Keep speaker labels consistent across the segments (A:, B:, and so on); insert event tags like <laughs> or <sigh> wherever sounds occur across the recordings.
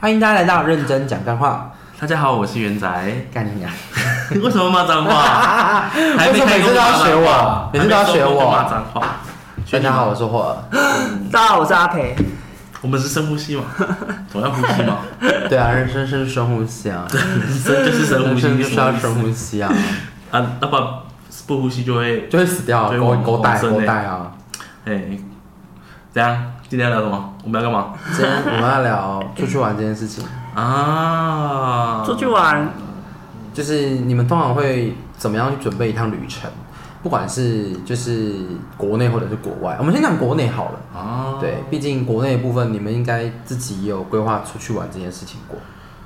A: 欢迎大家来到认真讲干话，
B: 大家好，我是元仔。 <laughs>
A: 干你娘！
B: 为什么骂脏
A: <laughs>
B: 话？还
A: 为
B: 没
A: 什么
B: 开
A: 每
B: 过
A: 次都
B: 骂
A: 要学
B: 脏话
A: 我？，每次都要学
B: 还没说过骂
A: 我。
B: 脏话。
A: 大家好，我是霍尔。
C: 大家好，我是阿培。
B: 我们是深呼吸嘛， <laughs> 总要呼吸
A: <laughs>
B: 嘛，
A: 对啊，人生是深呼吸啊，
B: 深就是深呼
A: 人
B: 吸，
A: 生
B: 就
A: 就是是要深呼吸啊，
B: 啊，那不不呼吸就会
A: 就会死掉啊，
B: 对
A: 狗
B: 往
A: 狗带
B: 往生
A: 狗
B: 欸
A: 带啊。
B: 哎，怎样？今天要聊什么？我们要干嘛
A: 今天我们要聊出去玩这件事情，
B: 啊？
C: 出去玩，
A: 就是你们通常会怎么样去准备一趟旅程？不管是就是国内或者是国外，我们先讲国内好了。
B: 啊？
A: 对，毕竟国内的部分，你们应该自己也有规划出去玩这件事情过。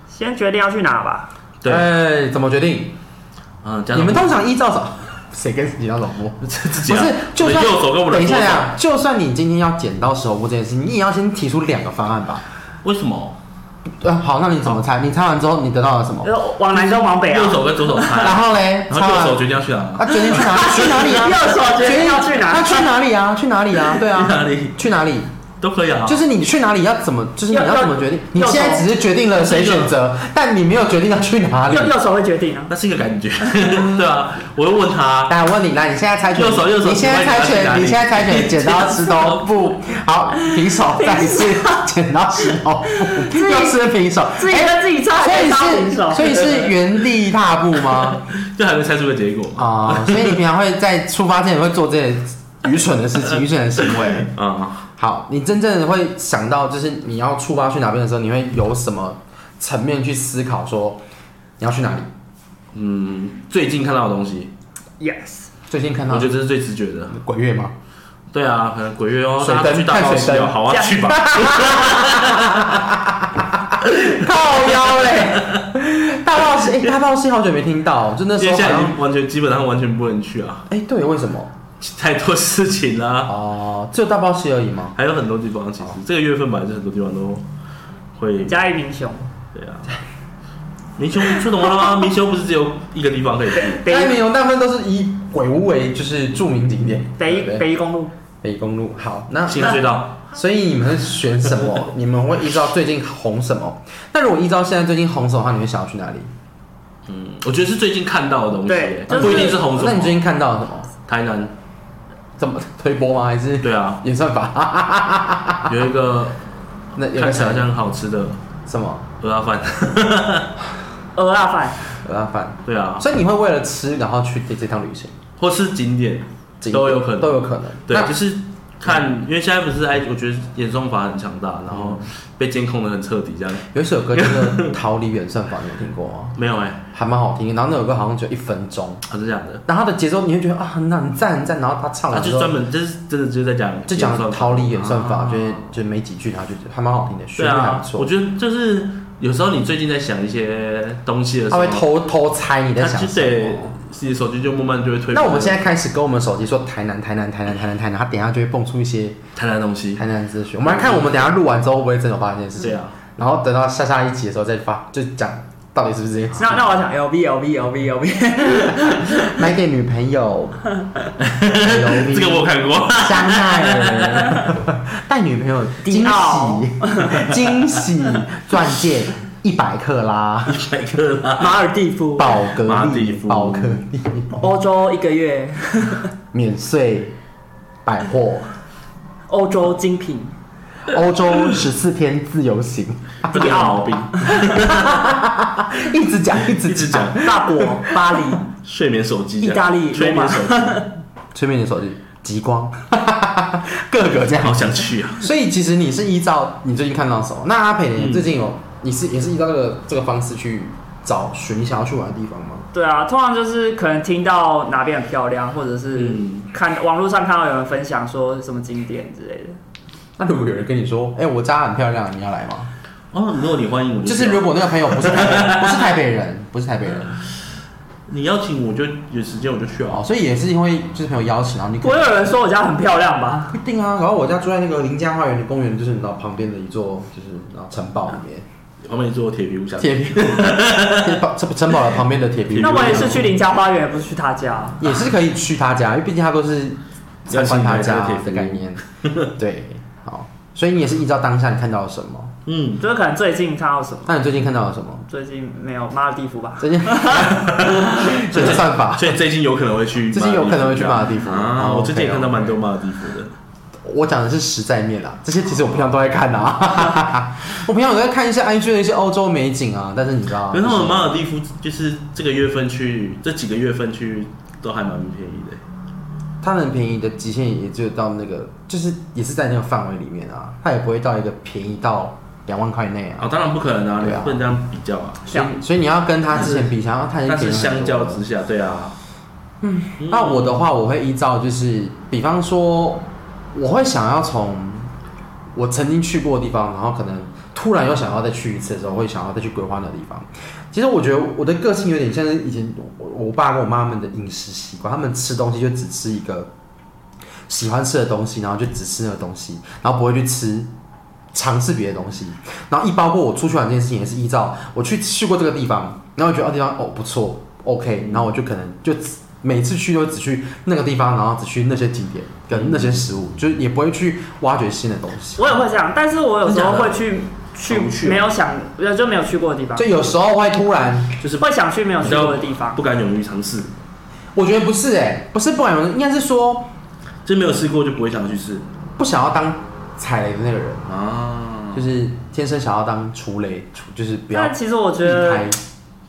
C: 先决定要去哪吧。
B: 对，
A: 哎，怎么决定？
B: 嗯，这样
A: 你们通常依照什么？ <laughs> 谁跟谁要老摸？
B: 自己
A: 不
B: 啊
A: 是，就
B: 我的
A: 算
B: 右手跟我的
A: 等一下
B: 左手
A: 呀，就算你今天要剪刀石头布这件事，你也要先提出两个方案 <laughs> 吧。
B: 为什么
A: 呃，好，那你怎么猜？你猜完之后你得到了什么？
C: 呃往南跟往北啊
B: 右。手跟左手
A: <laughs>
B: 猜
A: 然
B: 啊？
A: 后嘞，
B: 然
A: 猜
B: 后右
A: 完
B: 手决定要去哪？
A: 啊，决定去 <laughs> 哪？去哪里啊？
C: 右手决定要去哪
A: 那去哪里啊？去哪里
B: <laughs>
A: 啊？对啊，
B: 去哪里？
A: 去哪里？
B: 都可以啊。
A: 就是你去哪里要怎么？就是你
C: 要
A: 要怎么决定？你
C: 要
A: 现在只是决定了谁选择，但你没有决定要去哪里
C: 右。右手会决定啊。
B: 那是一个感觉， <laughs> 对啊，我会问他，
A: 来，我问你，来，你现在猜拳，
B: 右手右手
A: 你现在猜拳，你现在猜
B: <laughs>
A: 拳，剪刀石头布，好，平手，再一次，剪刀石头布，
C: 己
A: 又是平手，
C: 自己
A: 哎
C: 跟自己猜，
A: 所以
C: 还是平手
A: 是所以是原地踏步吗？
B: <laughs> 就还没猜出个结果嘛。
A: 啊，所以你平常会在出发之前会做这些愚蠢的事情、
B: <laughs>
A: 愚蠢的行为。
B: 啊、
A: 好，你真正的会想到，就是你要出发去哪边的时候，你会有什么层面去思考说你要去哪里？
B: 嗯，最近看到的东西，
C: Yes，
A: 最近看
B: 我
A: 到
B: 觉得这是最直觉的。
A: 鬼月吗？
B: 对啊，可能鬼月哦，
A: 水
B: 大
A: 灯
B: 家去打
A: 看
B: 炮
A: 水
B: 戏哦，
A: 灯
B: 好啊，去吧。
A: 靠腰嘞！ <laughs> 大爆戏，哎、大爆戏好久没听到， <laughs> 就那时
B: 因为
A: 候
B: 现
A: 好
B: 在已
A: 像，
B: 经完全基本上完全不能去啊，
A: 哎、对，为什么？
B: 太多事情啦、
A: 哦、只有大爆戏而已吗？
B: 还有很多地方其实这个月份本来就很多地方都会，
C: 嘉义民雄，
B: 对啊。明修不懂了
A: <laughs>
B: 吗？明修不是只有一个地方可以去？
C: 北
A: 嘉义民
C: 一
A: 雄大部分都是以鬼屋为就是著名景点，
C: 北
A: 对不
C: 一
A: 对
C: 北一公路，
A: 北公路。好，那
B: 新
A: <laughs>
B: 隧道，
A: 所以你们会选什
B: <laughs>
A: 么？你们会依照最近红什么？那如果依照现在最近红什么的话，你会想要去哪里？
B: 嗯，我觉得是最近看到的东西
C: 对
B: 耶，
C: 就是
B: 不一定是红什
A: 那你最近
B: 么。
A: 看到了什么？
B: 台南，
A: 怎么推波吗？还是
B: 对啊，
A: 演算法？
B: 有一个
A: 那有
B: 看
A: 个
B: 起来好
A: 什
B: 像很好吃的
A: 什么
B: 鹅鸭饭， <laughs>
C: 鹅啊饭，
A: 鹅鸭饭？
B: 对啊，
A: 所以你会为了吃，然后去这这趟旅行？
B: 或是景点
A: 景
B: 都有可能，
A: 都有可能。
B: 对，
A: 那嗯
B: 就是看，因为现在不是 I，我觉得演算法很强大，然后被监控的很彻底，这样
A: 有一首歌叫做《逃离原算法》，你有听过
B: <laughs>
A: 吗？
B: 没有哎、
A: 还蛮好听，然后那首歌好像只有一分钟，
B: 啊，真的假的？
A: 然后它的节奏你会觉得啊很很赞很赞，然后他唱
B: 他
A: 完之
B: 啊就专
A: 后
B: 门就是真的就是在讲
A: 就讲
B: 演算法
A: 逃离原算法，
B: 啊
A: 就是就没几句，然后就还蛮好听的，旋
B: 对
A: 律还
B: 啊
A: 不，
B: 我
A: 错。
B: 觉得就是有时候你最近在想一些东西的时
A: 他
B: 候
A: 会，偷偷猜你在
B: 他
A: 想
B: 就
A: 什
B: 得
A: 么。啊
B: 你手机就慢慢就会推。
A: 那我们现在开始跟我们手机说台南台南台南台南台南，它等一下就会蹦出一些
B: 在谈谈东西，
A: 台南资讯。我们来看我们等一下录完之后会不会真的发生这件事
B: 对
A: 情，
B: 啊，
A: 然后等到下下一集的时候再发，就讲到底是不是这件事。
C: 那那我想 L B L B L B L B，
A: 买给女朋
B: <laughs>
A: 友，
B: 这
A: 这
B: 个我有看过， <laughs>
A: <laughs> 香奈儿，带女朋友惊
C: 迪奥
A: 喜惊喜钻戒一百克拉，
B: 百克拉。
C: 马尔蒂夫，
A: 宝格
B: 马
A: 丽
B: 蒂夫
A: 宝格丽
C: 欧洲一个月，
A: 免税百货，
C: 欧洲精品，
A: 欧洲十四天自由行， <laughs>
B: <laughs> 这个有毛病，
A: 一直讲一直
B: 一直讲
C: 法国 <laughs> 巴黎，
B: 睡眠手机这样，
C: 意大利
B: 睡眠手机， <laughs>
A: 催眠你的手机极光， <laughs> 各个这
B: 好
A: 样。
B: 想去啊！
A: 所以其实你是依照你最近看到什么？那阿培呢？
B: 嗯
A: 最近有你是也是依照这个这个方式去找寻你想要去玩的地方吗？
C: 对啊，通常就是可能听到哪边很漂亮，或者是
B: 嗯
C: 看网络上看到有人分享说什么景点之类的。
A: 那如果有人跟你说，哎、我家很漂亮，你要来吗？
B: 哦，如果你欢迎我，
A: 就是如果那个朋友不是台北不是台北
C: <laughs>
A: 人，不是台北人
B: 你邀请我就有时间我就去啊
A: 哦，。所以也是因为就是朋友邀请，然后你可
C: 不会啊有人说我家很漂亮吧？
A: 不一定啊。然后我家住在那个林家花园的公园，就是你知道旁边的一座就是然后城堡里面，
B: 旁边一座铁皮屋下面，
A: 铁皮铁堡这不三宝的旁边的铁皮屋。
C: 那我也是去林家花园，也不是去他家。
A: 也是可以去他家，因为毕竟他都是参观他家的概念。对，好，所以你也是依照当下你看到了什么？
B: 嗯，
C: 就是可能最近看到什么？
A: 那你最近看到了什么？
C: 最近没有马尔蒂夫吧？
A: 最近， <laughs> 这是算法。
B: <laughs> 所以最近有可能会去，
A: 最近有可能会去马尔地夫
B: 啊！
A: 哦
B: 我最近也
A: OK，
B: 看到
A: OK
B: 蛮多马尔地夫的。
A: 我讲的是实在面啦，这些其实我平常都在看啊。 <laughs> 我平常有在看一些 IG 的一些欧洲美景啊，但是你知道，
B: 可是他们马尔地夫就是这个月份去，这几个月份去都还蛮便宜的。
A: 它很便宜的极限也就到那个，就是也是在那个范围里面啊，它也不会到一个便宜到两万块内啊。
B: 啊，当然不可能啊，
A: 对啊
B: 你不能这样比较啊。
A: 所以所以你要跟他之前比，想要他已经
B: 但
A: 便
B: 是
A: 宜很
B: 相
A: 多
B: 较
A: 了
B: 之下，对啊，嗯
A: 那我的话，我会依照就是，比方说，我会想要从我曾经去过的地方，然后可能突然又想要再去一次的时候，会想要再去规划那个地方。其实我觉得我的个性有点像是以前我我爸跟我妈他们的饮食习惯，他们吃东西就只吃一个喜欢吃的东西，然后就只吃那个东西，然后不会去吃。尝试别的东西，然后一包括我出去玩这件事情，也是依照我去去过这个地方，然后我觉得哦地方哦不错，OK，然后我就可能就只每次去都只去那个地方，然后只去那些景点跟那些食物，就是也不会去挖掘新的东西。
C: 我也会这样，但是我有时候
B: 真假的
C: 会去
B: 重去
C: 去
A: 啊
B: 哦
C: 没有想，呃就没有去过的地方
A: 就，有时候会突然，
B: 就是
C: 会想去没有去过的地方。
B: 不敢勇于尝试，
A: 我觉得不是哎、不是不敢有人，应该是说
B: 就没有试过就不会想去试
A: 不想要当踩雷的那个人，
B: 啊。
A: 就是天生想要当除雷，除就是不要
C: 但其实我觉
A: 避
C: 得
A: 开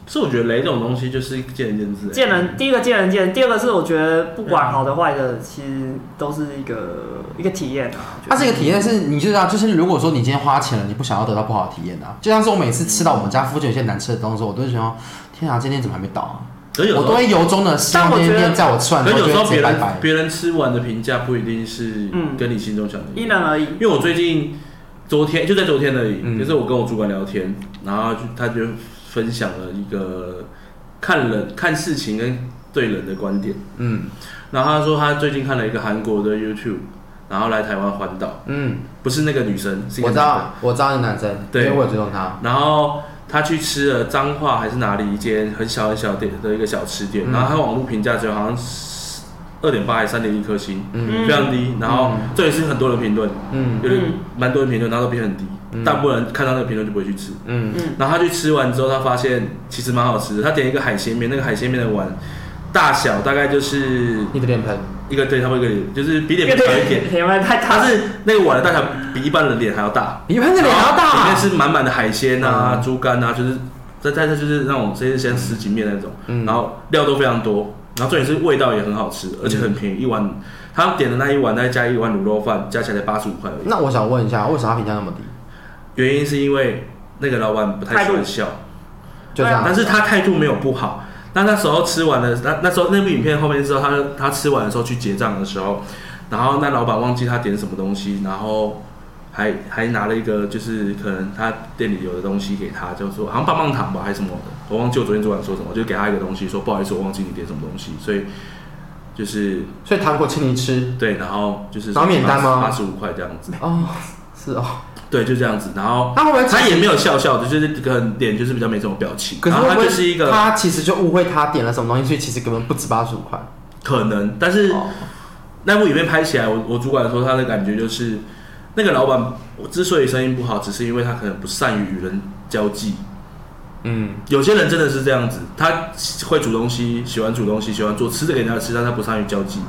B: 所以我觉得雷这种东西就是见仁见智。
C: 见人，第一个见人见人，第二个是我觉得不管
A: 啊
C: 好的坏的，其实都是一个一个体验啊。我觉
A: 它
C: 得
A: 这个体验是，你知道，就是如果说你今天花钱了，你不想要得到不好的体验的啊、就像是我每次吃到我们家附近有一些难吃的东西，我都会想说，天啊，这间店怎么还没倒啊、
B: 可是有
A: 我
B: 时
A: 都
B: 候，
A: 会由衷的希望这间店在我吃完
B: 可
A: 之
B: 是
A: 后就
B: 有时
A: 会
B: 候
A: 直
B: 别
A: 接拜
B: 人
A: 拜。
B: 别人吃完的评价不一定是
C: 嗯
B: 跟你心中想的一
C: 因
B: 样。
C: 人而异。
B: 因为我最近昨天就在昨天而已，
A: 嗯
B: 就是我跟我主管聊天，然后就他就分享了一个看人看事情跟对人的观点。
A: 嗯
B: 然后他说他最近看了一个韩国的 YouTube，然后来台湾环岛，
A: 嗯，
B: 不是那个女生，是一
A: 我
B: 个
A: 知
B: 男的。
A: 道，我知道那个男生，
B: 对
A: 因为我有追踪他。
B: 然后他去吃了彰化还是哪里一间很小很小店的一个小吃店，
A: 嗯
B: 然后他网络评价只有好像二点八还是三点一颗星，
A: 嗯
B: 非常低。然后这也是很多人评论，
A: 嗯
B: 有点
C: 嗯
B: 蛮多人评论，然后都评很低，
A: 嗯
B: 大部分人看到那个评论就不会去吃。
A: 嗯
C: 嗯，
B: 然后他去吃完之后，他发现其实蛮好吃的。他点一个海鲜面，那个海鲜面的碗大小大概就是
A: 你的脸盆，
B: 一个对，差不多一个脸，就是比脸小一点。
C: <laughs> 你们太
B: 它
C: 他
B: 是那个碗的大小比一般人脸还要大，啊
A: 你喷的脸还要
B: 里面
A: 大。啊
B: 是满满的海鲜啊、猪肝啊，就是再再再就是那种这些像十几面那种，
A: 嗯
B: 然后料都非常多，然后重点是味道也很好吃，而且很便宜，一碗他点的那一碗再加一碗卤肉饭，加起来才八十五块而已。
A: 那我想问一下，为什么他评价那么低？
B: 原因是因为那个老板不太喜
C: 态
B: 欢
C: 度
B: 笑。
A: 就这样。
B: 但是他态度没有不好。那那时候吃完了，那那时候那部影片后面之后，他他吃完的时候去结账的时候，然后那老板忘记他点什么东西，然后还还拿了一个就是可能他店里有的东西给他，就说好像棒棒糖吧还是什么的，我忘记我昨天昨晚说什么，就给他一个东西，说不好意思，我忘记你点什么东西，所以就是
A: 所以糖果请你吃
B: 对，然后就是
A: 然后免单吗
B: 八十五块这样子，
A: 哦，是哦。
B: 对，就这样子，然后
A: 那会不会
B: 他也没有笑笑的，就是可能脸就是比较没什么表情，
A: 可是
B: 然
A: 会
B: 后
A: 不
B: 他
A: 会
B: 就是一个
A: 他其实就误会他点了什么东西，所以其实根本不止八十五块。
B: 可能，但是。
A: 哦
B: 那部影片拍起来，我我主管说他的感觉就是，那个老板我之所以生意不好，只是因为他可能不善于与人交际。
A: 嗯
B: 有些人真的是这样子，他会煮东西，喜欢煮东西，喜欢做吃的给人家吃，但他不善于交际，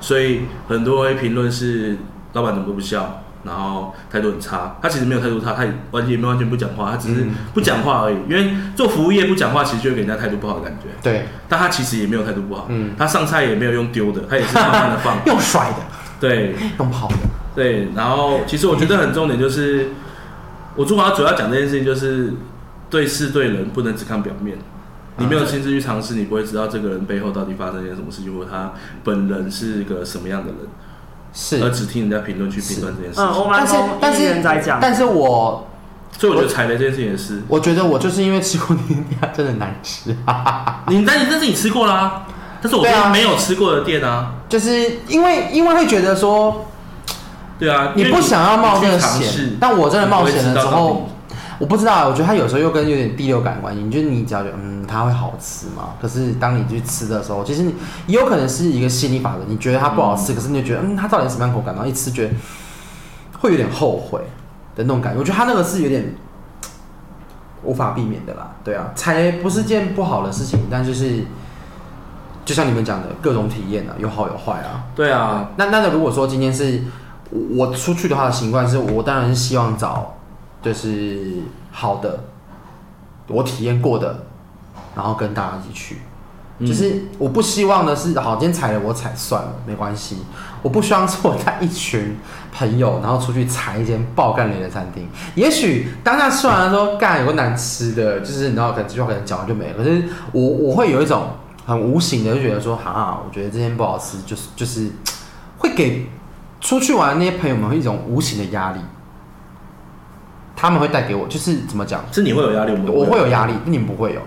B: 所以很多人会评论是老板怎么都不笑，然后态度很差。他其实没有态度差，他也完全也没有完全不讲话，他只是
A: 嗯
B: 不讲话而已。因为做服务业不讲话，其实就会给人家态度不好的感觉。
A: 对，
B: 但他其实也没有态度不好，
A: 嗯。
B: 他上菜也没有用丢的，他也是慢慢的放
A: <laughs> 用甩的，
B: 对，
A: 用跑的。
B: 对，然后其实我觉得很重点就是，我主管主要讲这件事情就是，对事对人不能只看表面，你没有亲自去尝试，你不会知道这个人背后到底发生些什么事情，或者他本人是个什么样的人，
A: 是
B: 而，只听人家评论去评断这件事
C: 嗯，
B: 情。
C: 我蛮
A: 但是
C: 同
A: 但
C: 意
A: 是
C: 人在讲，
A: 但是我
B: 所以我觉得踩雷这件事情也是，
A: 我觉得我就是因为吃过那家真的难吃，啊
B: 你但但是你吃过啦、但是我
A: 对啊
B: 说没有吃过的店啊，
A: 就是因为因为会觉得说
B: 对啊，啊
A: 你
B: 因为
A: 不想要冒这
B: 你
A: 个
B: 去尝试
A: 险，但我真的冒险了之
B: 你不会知道到
A: 后
B: 底，
A: 我不知道，我觉得它有时候又跟有点第六感关系，就是你只要觉得嗯它会好吃嘛，可是当你去吃的时候，其实你也有可能是一个心理法则，你觉得它不好吃，可是你就觉得嗯它到底是什么样口感，然后一吃觉得会有点后悔的那种感觉。我觉得它那个是有点无法避免的啦，对啊，才不是件不好的事情，但就是就像你们讲的各种体验啊，有好有坏啊。
B: 对啊，
A: 那那如果说今天是我我出去的话的习惯是，我当然是希望找就是好的，我体验过的，然后跟大家一起去。
B: 嗯
A: 就是我不希望的是，好，今天踩了我踩算了，没关系。我不希望是我带一群朋友，然后出去踩一间爆干雷的餐厅。也许当下吃完的时候，干有个难吃的，就是你知道，可能就可能讲完就没了。可是我我会有一种很无形的，就觉得说，哈、啊，我觉得这间不好吃，就是就是会给出去玩的那些朋友们一种无形的压力。他们会带给我，就是怎么讲，
B: 是你会有压力，们
A: 我
B: 不
A: 会有压力，你们不会有，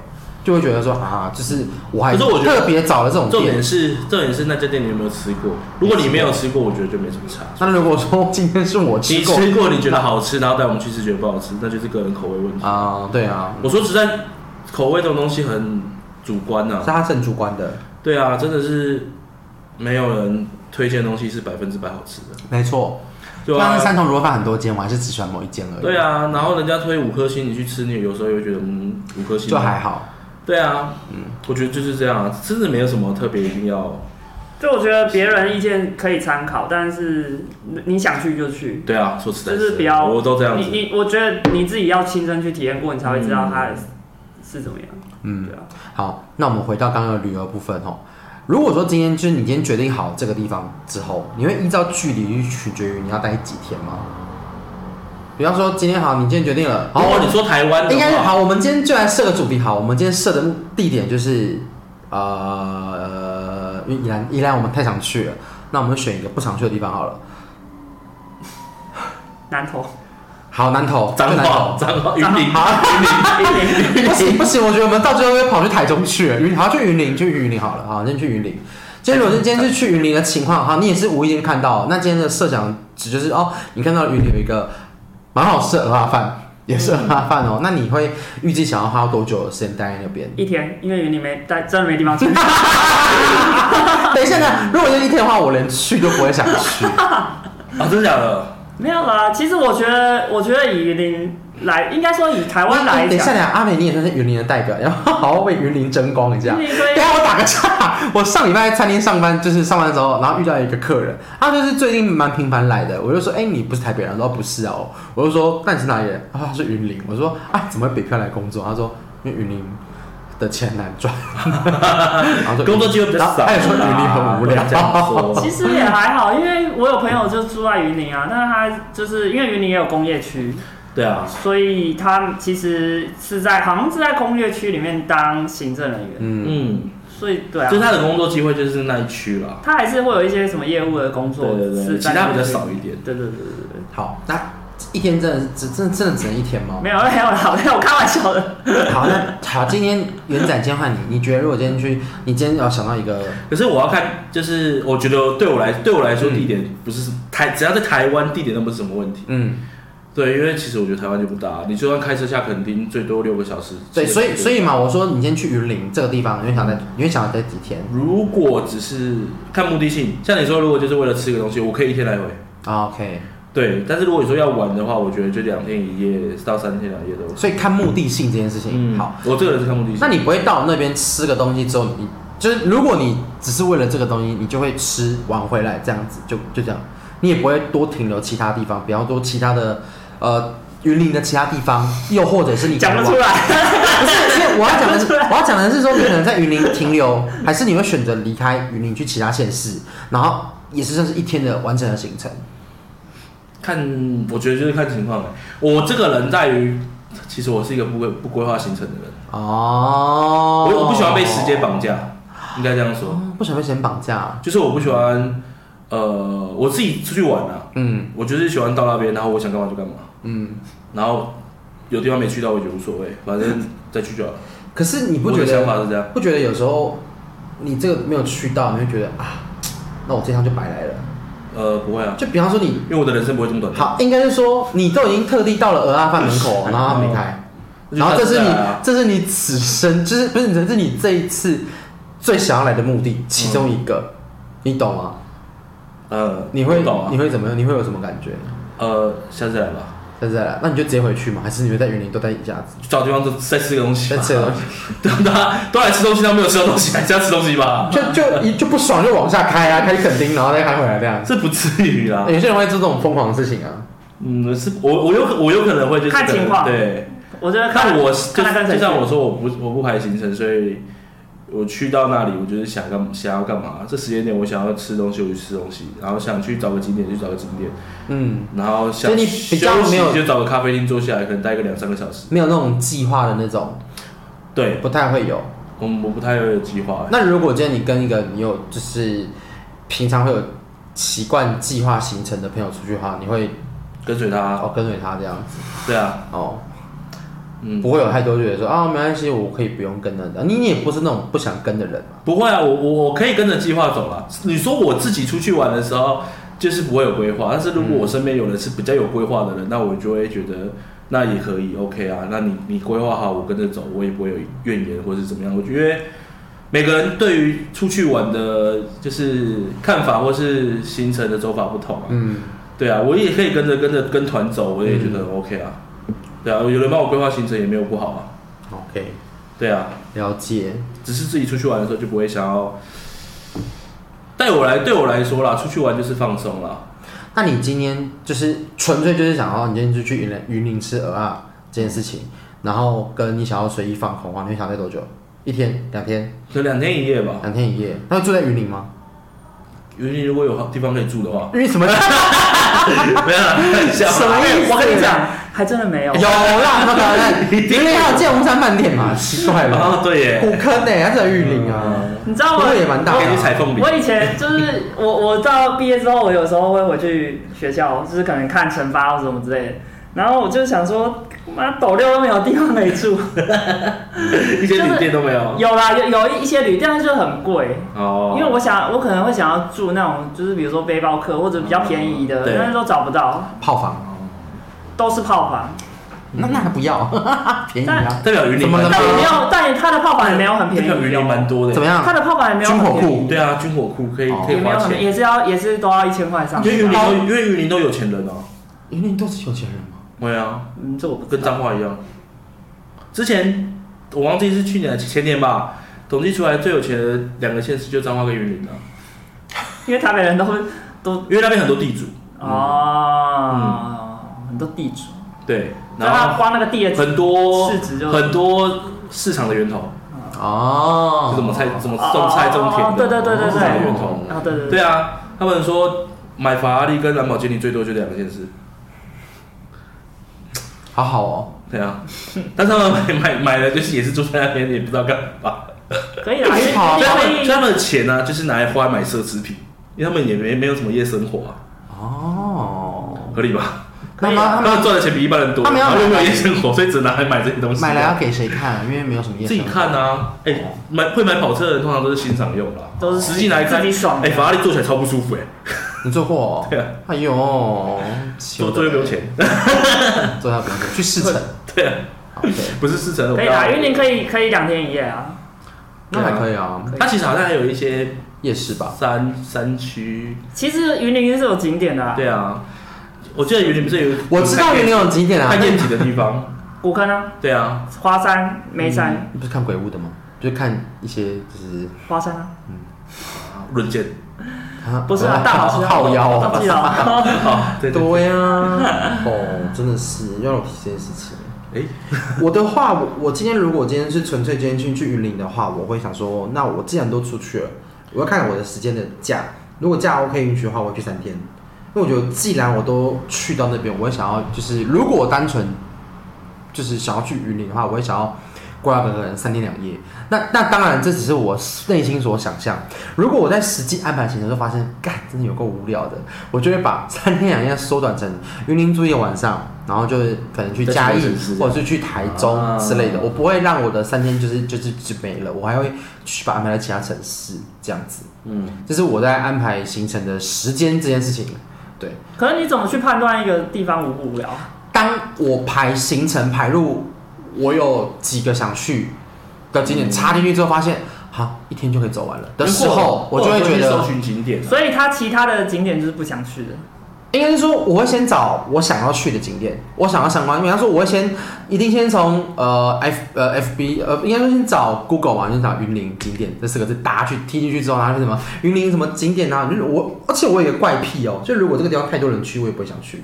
A: 就会觉得说啊，就是我还
B: 可是我觉得
A: 特别找了这种
B: 重
A: 店
B: 点。是重点是那家店你有没有吃过？如果你没有吃过，我觉得就没什么差。
A: 那如果说今天是我吃
B: 你
A: 过
B: 吃过你觉得好吃，然后带我们去吃觉得不好吃，那就是个人口味问题。
A: 啊、对啊，
B: 我说实在，口味这种东西很主观呐、
A: 是啊他是很主观的，
B: 对啊，真的是没有人推荐的东西是百分之百好吃的。
A: 没错。
B: 对
A: 像是
B: 啊，
A: 三重卤肉饭很多间，我还是只喜欢某一间而已。
B: 对，啊，然后人家推五颗星，你去吃，你有时候也会觉得嗯，五颗星
A: 就还好。
B: 对啊，嗯，我觉得就是这样，啊真的没有什么特别一定要。
C: 就我觉得别人意见可以参考，但是你你想去就去，
B: 对啊，说实在
C: 就，是比较
B: 我都这样
C: 你
B: 子。
C: 你我觉得你自己要亲身去体验过，你才会知道它
B: 嗯
C: 是怎么样。
A: 嗯
C: 对啊，
A: 好，那我们回到刚刚的旅游部分哦。如果说今天就是你今天决定好这个地方之后，你会依照距离去取决于你要待几天吗？比方说今天好，你今天决定了，好，
B: 如果你说台湾的
A: 应该是
B: 话，
A: 好，我们今天就来设个主题。好，我们今天设的目地点就是呃，因为宜兰，宜兰我们太常去了，那我们选一个不常去的地方好了。
C: 南投，
A: 好，南投，
B: 彰
A: 就南
B: 化、
A: 投。
B: 彰化、云啊林、 <laughs>
A: 好，
C: 一点
A: 不行不行，我觉得我们到最后会跑去台中去了。云，好，去云林，去云林好了。好，今天去云林。今天如果是今天是去云林的情况，哈，你也是无意间看到。那今天的设想只就是哦，你看到云林有一个蛮好吃的鹅鸭饭，也是鹅鸭饭哦。那你会预计想要花多久的时间待在那
C: <laughs>
A: 边？
C: 一天，因为云林没但真的没地
A: <laughs>
C: 方去。
A: 等一下呢，如果就一天的话，我连去都不会想去。
B: 啊，真的假的？
C: 没有啦，其实我觉得，我觉得以云林来，应该说以 <laughs> 台湾来
A: 哎等一下，等
C: 讲，
A: 一下，阿美你也算是云林的代表，然后好好为云林争光一下。
C: 云林
A: 等
C: 归
A: 一下我打个岔，我上礼拜在餐厅上班，就是上班的时候，然后遇到一个客人，他就是最近蛮频繁来的，我就说，哎、你不是台北人？他说不是哦，我就说，那你是哪里人？他说他是云林，我说啊，怎么会北漂来工作？他说因为云林。的钱难赚，然后说
B: 工作机会比较少啦。啊
A: 他也说云林很无聊
B: 不能这样说
C: 其实也还好，因为我有朋友就住在云林啊，但是他就是因为云林也有工业区，
B: 对啊，
C: 所以他其实是在好像是在工业区里面当行政人员，
A: 嗯，
B: 嗯，
C: 所以对啊
B: 就是，他的工作机会就是那一区啦。
C: 他还是会有一些什么业务的工
B: 对
C: 作，
B: 对对，
C: 是
B: 其
C: 在
B: 他比较
C: 那边
B: 少一点。
C: 对对对对对
A: 好，那一天真的是只真的真的只能一天吗
C: 对，？没有没有啦，没有我开玩笑的。
A: 好，那好，今天元展先换你，你觉得如果今天去，你今天要想到一个，
B: 可是我要看，就是我觉得对我来对我来
A: 嗯
B: 说，地点不是什台，只要在台湾，地点都不是什么问题。
A: 嗯，
B: 对，因为其实我觉得台湾就不大，你就算开车下垦丁，最多六个小时。
A: 对，所以所
B: 以
A: 以嘛，我说你先去云林这个地方，你会想在，
C: 嗯
A: 你会想要待几天
B: 如果只是看目的性，像你说，如果就是为了吃个东西，我可以一天来回。
A: 啊？OK，
B: 对，但是如果你说要玩的话，我觉得就两天一夜到三天两夜都。
A: 所以看目的性这件事
C: 嗯
A: 情，好，，
B: 我这个人是看目的性。
A: 嗯那你不会到那边吃个东西之后，你就是如果你只是为了这个东西，你就会吃完回来这样子，就就这样，你也不会多停留其他地方，比方说其他的呃云林的其他地方，又或者是你
C: 讲
A: 可能
C: 不
A: 往
B: <laughs>
C: 出来，
A: 不是，因为我要讲的是，
C: 讲不出来
A: 我要讲的是说，你可能在云林停留，还是你会选择离开云林去其他县市，然后也是算是一天的完整的行程。
B: 看，我觉得就是看情况欸。我这个人在于，其实我是一个不规不规划行程的人，
A: 哦，嗯
B: 我我不喜欢被时间，绑架，应该这样说，
A: 不喜欢被时间绑架。
B: 就是我不喜欢，呃，我自己出去玩啊，
A: 嗯
B: 我就是喜欢到那边，然后我想干嘛就干嘛，
A: 嗯，
B: 然后有地方没去到我也无所谓，反正再去就好了。
A: 可是你不觉
B: 我的想法
A: 得，
B: 是这样，
A: 不觉得有时候你这个没有去到，你会觉得啊，那我这趟就白来了。
B: 呃，不会啊，
A: 就比方说你
B: 因为我的人生不会这么短暂。
A: 好，应该是说你都已经特地到了鹅阿饭门
B: <laughs>
A: 口，然后他没开，
B: 嗯
A: 然后这是你
B: 就下次再来啊
A: 这是你此生就是不是这是你这一次最想要来的目的其中一个，你懂吗？
B: 呃，
A: 你会
B: 嗯我懂啊
A: 你？会怎么样？你会有什么感觉？
B: 呃，下次再来吧，
A: 下次再来，那你就直接回去嘛？还是你会在园林都待一下子？
B: 去找地方再吃个东西
A: 再
B: 吧。 <laughs>
A: 吃东西，
B: 对啊，大家都来吃东西，他没有吃到东西，还是要吃东西吧？ <laughs>
A: 就就一就不爽就往下开啊，开垦丁，然后再开回来这样。
B: 这不至于啦。
A: 有些人会做这种疯狂的事情啊，
B: 嗯，是我我有可我有可能会就是
C: 看情况
B: 对。
C: 我觉得看
B: 但我就
C: 看他跟
B: 就
C: 谁去
B: 像我说，我不我不排行程，所以我去到那里，我就是想干想要干嘛。这时间点我想要吃东西，我就吃东西；然后想去找个景点就找个景点，
A: 嗯，
B: 然后
A: 所
B: 想
A: 以你比较
B: 休息
A: 没有
B: 就找个咖啡厅坐下来，可能待个两三个小时。
A: 没有那种计划的那种，
B: 对，
A: 不太会有。
B: 我我不太有计划。
A: 那如果今天你跟一个你有就是平常会有习惯计划行程的朋友出去的话，你会
B: 跟随他，
A: 哦跟随他这样子
B: 对啊，
A: 哦，
B: 嗯，
A: 不会有太多觉得说啊没关系，我可以不用跟的。你你也不是那种不想跟的人嘛，
B: 不会啊，我我我可以跟着计划走了。你说我自己出去玩的时候，就是不会有规划，但是如果我身边有人是比较有规划的人，那我就会觉得那也可以，OK 啊。那你你规划好，我跟着走，我也不会有怨言或是怎么样。我觉得每个人对于出去玩的，就是看法或是行程的走法不同啊。
A: 嗯，
B: 对啊，我也可以跟着跟着跟团走，我也觉得很 OK 啊。对啊，有人帮我规划行程也没有不好啊。
A: ，OK，
B: 对啊，
A: 了解，
B: 只是自己出去玩的时候就不会想要。对我来对我来说啦，出去玩就是放松啦。
A: 那你今天就是纯粹就是想要你今天就去云林云林吃鹅啊这件事情，然后跟你想要随意放空的啊话，你会想待多久？一天、两天、
B: 就两天一夜吧。
A: 两天一夜？那住在云林吗？，
B: 尤其如果有地方可以住的话 <laughs>
A: 因为 <laughs> 什么？
B: 没有啦，开玩笑啦
A: 什么意
B: 哎
A: 思
C: 我跟你讲，还真的没有。
A: 有啦，那当然，云林还有建红山饭店嘛，奇怪了，
B: 啊，对
A: 古
B: 耶，
A: 坑呢、欸，它在玉林啊，
C: 你知道
A: 不
C: 我
A: 过也蛮大
B: 可
A: 的
B: 以去
A: 啊、
B: 采凤梨
C: 哦我。
B: <laughs>
C: 以前就是我，我到毕业之后，我有时候会回去学校，就是可能看惩罚或什么之类的。然后我就想说，妈斗六都没有地方可以住，
B: 一些旅店都没有。
C: 有啦，有有一些旅店但是就很贵，
B: 哦，
C: 因为我想我可能会想要住那种，就是比如说背包客或者比较便宜的
B: 对，
C: 但是都找不到，
A: 泡房，
C: 都是泡房，
A: 那那还不要， <laughs> 便宜啊，
B: 代表云林蛮
A: 怎
C: 但
A: 么
C: 也
A: 了
C: 没有，但也他的泡房也没有很
B: 代
C: 便宜
B: 表云林蛮
C: 哦，
B: 多的。
A: 怎么样
C: 他？的泡房也没有很
A: 军火库
C: 便宜
B: 对啊，军火库可以
A: 哦
B: 可
C: 也
B: 以
C: 没
B: 花
C: 有很，
B: 钱，
C: 也是要也是都要一千块以上哦
B: 因，为云林都因为云林都有钱人哦。
A: 云林都是有钱人吗？
B: 对啊，
C: 嗯，这我不知
B: 跟
C: 道。
B: 彰化一样。之前我忘记是去年还是前年吧，统计出来最有钱的两个县市就彰化跟云林了、
C: 因为台北人都会都
B: 因为那边很多地主，
C: 哦，很多地主，
B: 对，
C: 那他
B: 嗯然后
C: 花那个地的
B: 很多
C: 市值就
B: 很多市场的源头，
A: 哦
B: 就，怎么菜怎么种菜种田的，
C: 哦哦对对对对
B: 市场的源头。
C: 啊，对对
B: 对，啊，他们说买法拉利跟兰博基尼最多就两个县市，
A: 好好哦，
B: 对
C: <laughs>
B: 啊，但是他们买买买了就是也是住在那边，也不知道干嘛。
C: 可以啦，
A: 可以跑啊
B: 所以他们
C: 可
B: 所以
C: 以
B: 他们的钱呢、就是拿来花来买奢侈品，因为他们也没没有什么夜生活啊，
A: 哦，
B: 合理吧？
A: 那
C: 可以
A: 么
C: 啊
A: 他
B: 他
A: 们
B: 们赚的钱比一般人多，
A: 他们要
B: 然后又没有夜生活，所以只拿来买这些东西、
A: 买来要给谁看、啊？因为没有什么夜
B: 自己
A: 生活
B: 看啊，哎、买会买跑车的人通常都是欣赏用啦，
C: 都是
B: 实际来看，
C: 自己爽的
B: 哎、法拉利坐起来超不舒服哎、
A: 你做过、哦？
B: 对啊
A: 哎呦，
B: <laughs> 坐坐又不用，钱， <laughs>
A: 坐下不用钱，去试乘。
B: 对啊，
A: 好对，
B: 不是四成，
C: 可以啦，云林可以可以两天一夜啊，
A: 那还可以啊，
B: 它其实好像还有一些
A: 夜市吧？
B: 山山区，
C: 其实云林是有景点的啊，
B: 对啊，我记得云林不是有，
A: 我知道云林有景点啊，
B: 看
A: 那
B: 燕景的地方，
C: 古坑啊，
B: 对啊，
C: 花山、眉山、
A: 你不是看鬼屋的吗？就是看一些就是
C: 花山啊，
B: 论剑，
A: 啊
C: 不是啊，
A: 啊
C: 大好吃
A: <laughs> 靠腰
C: 忘记
A: 啊，
C: 了啊，
B: 好，对对，
A: 对啊，
B: <laughs>
A: 哦，真的是要我提这件事情。
B: 哎，
A: <laughs> 我的话，我我今天如果今天是纯粹今天去去云林的话，我会想说，那我既然都出去了，我要看看我的时间的假，如果假 OK 允许的话，我会去三天。因为我觉得既然我都去到那边，我会想要就是如果我单纯就是想要去云林的话，我会想要过来可能三天两夜。那那当然，这只是我内心所想象。如果我在实际安排行程的时候发现，干真的有够无聊的，我就会把三天两夜缩短成云林住一个晚上，然后就是可能去嘉义
B: 在其他城市
A: 或者是去台中
B: 啊
A: 之类的，我不会让我的三天就是就是就没了，我还会去把它安排在其他城市这样子。
B: 嗯，
A: 这是我在安排行程的时间这件事情。对，
C: 可是你怎么去判断一个地方无不无聊？
A: 当我排行程排入我有几个想去的景点插进去之后，发现好一天就可以走完了的时候，
B: 或
A: 我
B: 者
A: 就会
B: 或者
A: 觉
B: 去
A: 得
B: 搜寻景点啊，
C: 所以他其他的景点就是不想去的。
A: 应该是说，我会先找我想要去的景点，我想要相关。比方说，我会先一定先从呃 F 呃 FB 呃，应该说先找 Google 嘛，先找云林景点这四个字，打去踢进去之后，然后是什么云林什么景点啊？就是我，而且我有一个怪癖哦，就如果这个地方太多人去，我也不会想去，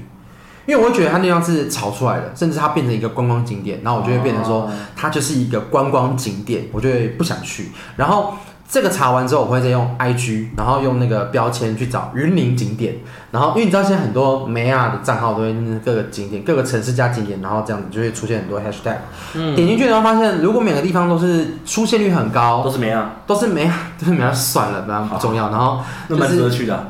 A: 因为我会觉得它那地方是炒出来的，甚至它变成一个观光景点，然后我就会变成说，
B: 哦
A: 它就是一个观光景点，我就会不想去。然后这个查完之后，我会再用 IG，然后用那个标签去找云林景点。然后因为你知道现在很多美亚的账号都会就是各个景点、各个城市加景点，然后这样子就会出现很多 hashtag。点
B: 嗯
A: 进去然后发现，如果每个地方都是出现率很高，
B: 都是没啊，
A: 都是美亚，都是美亚算了，美亚不重要。然后
B: 那
A: 就
B: 蛮值得
A: 是
B: 去的啊。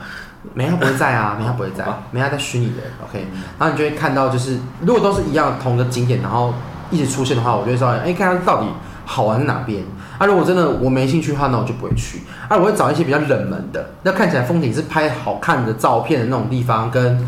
A: 美亚不会在啊，美亚不会在
B: 好吧，
A: 美亚在虚拟的。OK，然后你就会看到，就是如果都是一样同个景点，然后一直出现的话，我就会说，哎，看它到底好玩在哪边。啊，如果真的我没兴趣的话，那我就不会去。啊，我会找一些比较冷门的，那看起来风景是拍好看的照片的那种地方，跟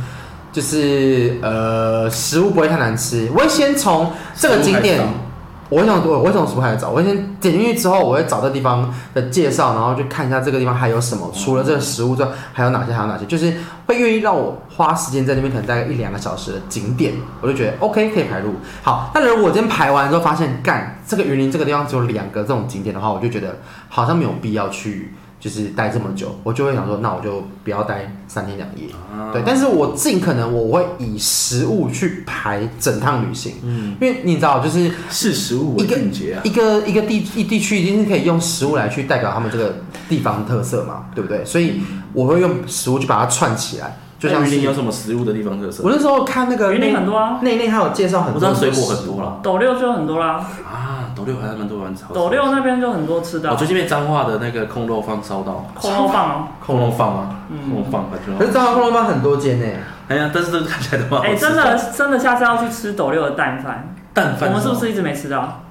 A: 就是呃食物不会太难吃。我会先从这个景点
B: 食物还是找，
A: 我会想我我会从食物开始找，我会先点进去之后，我会找这地方的介绍，然后去看一下这个地方还有什么，除了这个食物之外还有哪些，还有哪些，就是会愿意让我花时间在那边，可能大概一两个小时的景点，我就觉得 OK 可以排入。好，但如果我今天排完之后发现，干这个云林这个地方只有两个这种景点的话，我就觉得好像没有必要去。就是待这么久，我就会想说，那我就不要待三天两夜。
B: 嗯啊
A: 对，但是我尽可能我会以食物去排整趟旅行，
B: 嗯，
A: 因为你知道，就是
B: 视食物为俊杰啊，
A: 一个一个地一地区一定是可以用食物来去代表他们这个地方特色嘛，对不对？所以我会用食物去把它串起来，就像
C: 哎
B: 那云林有
A: 是
B: 什么食物的地方特色？
A: 我那时候看那个
C: 云林很多啊，
A: 内内内，他有介绍很
B: 我
A: 多
B: 知道水果很多啦，
C: 斗六就很多啦，
B: 啊，斗六还蛮多玩潮。
C: 斗六那边就很多吃的
B: 我
C: 啊，
B: 哦最近被彰化的那个空肉放烧到，
C: 空肉饭
B: <laughs>
C: 哦。
B: 空肉放吗？
C: 嗯
B: 空肉放感觉好
A: 可。是彰化空肉饭很多间呢、
B: 哎呀，但是这个看起来都蛮好
C: 哎、
B: 吃。
C: 真，的真的，下次要去吃斗六的蛋饭。
B: 蛋饭
C: 我们是不
B: 什么
C: 是一直没吃到？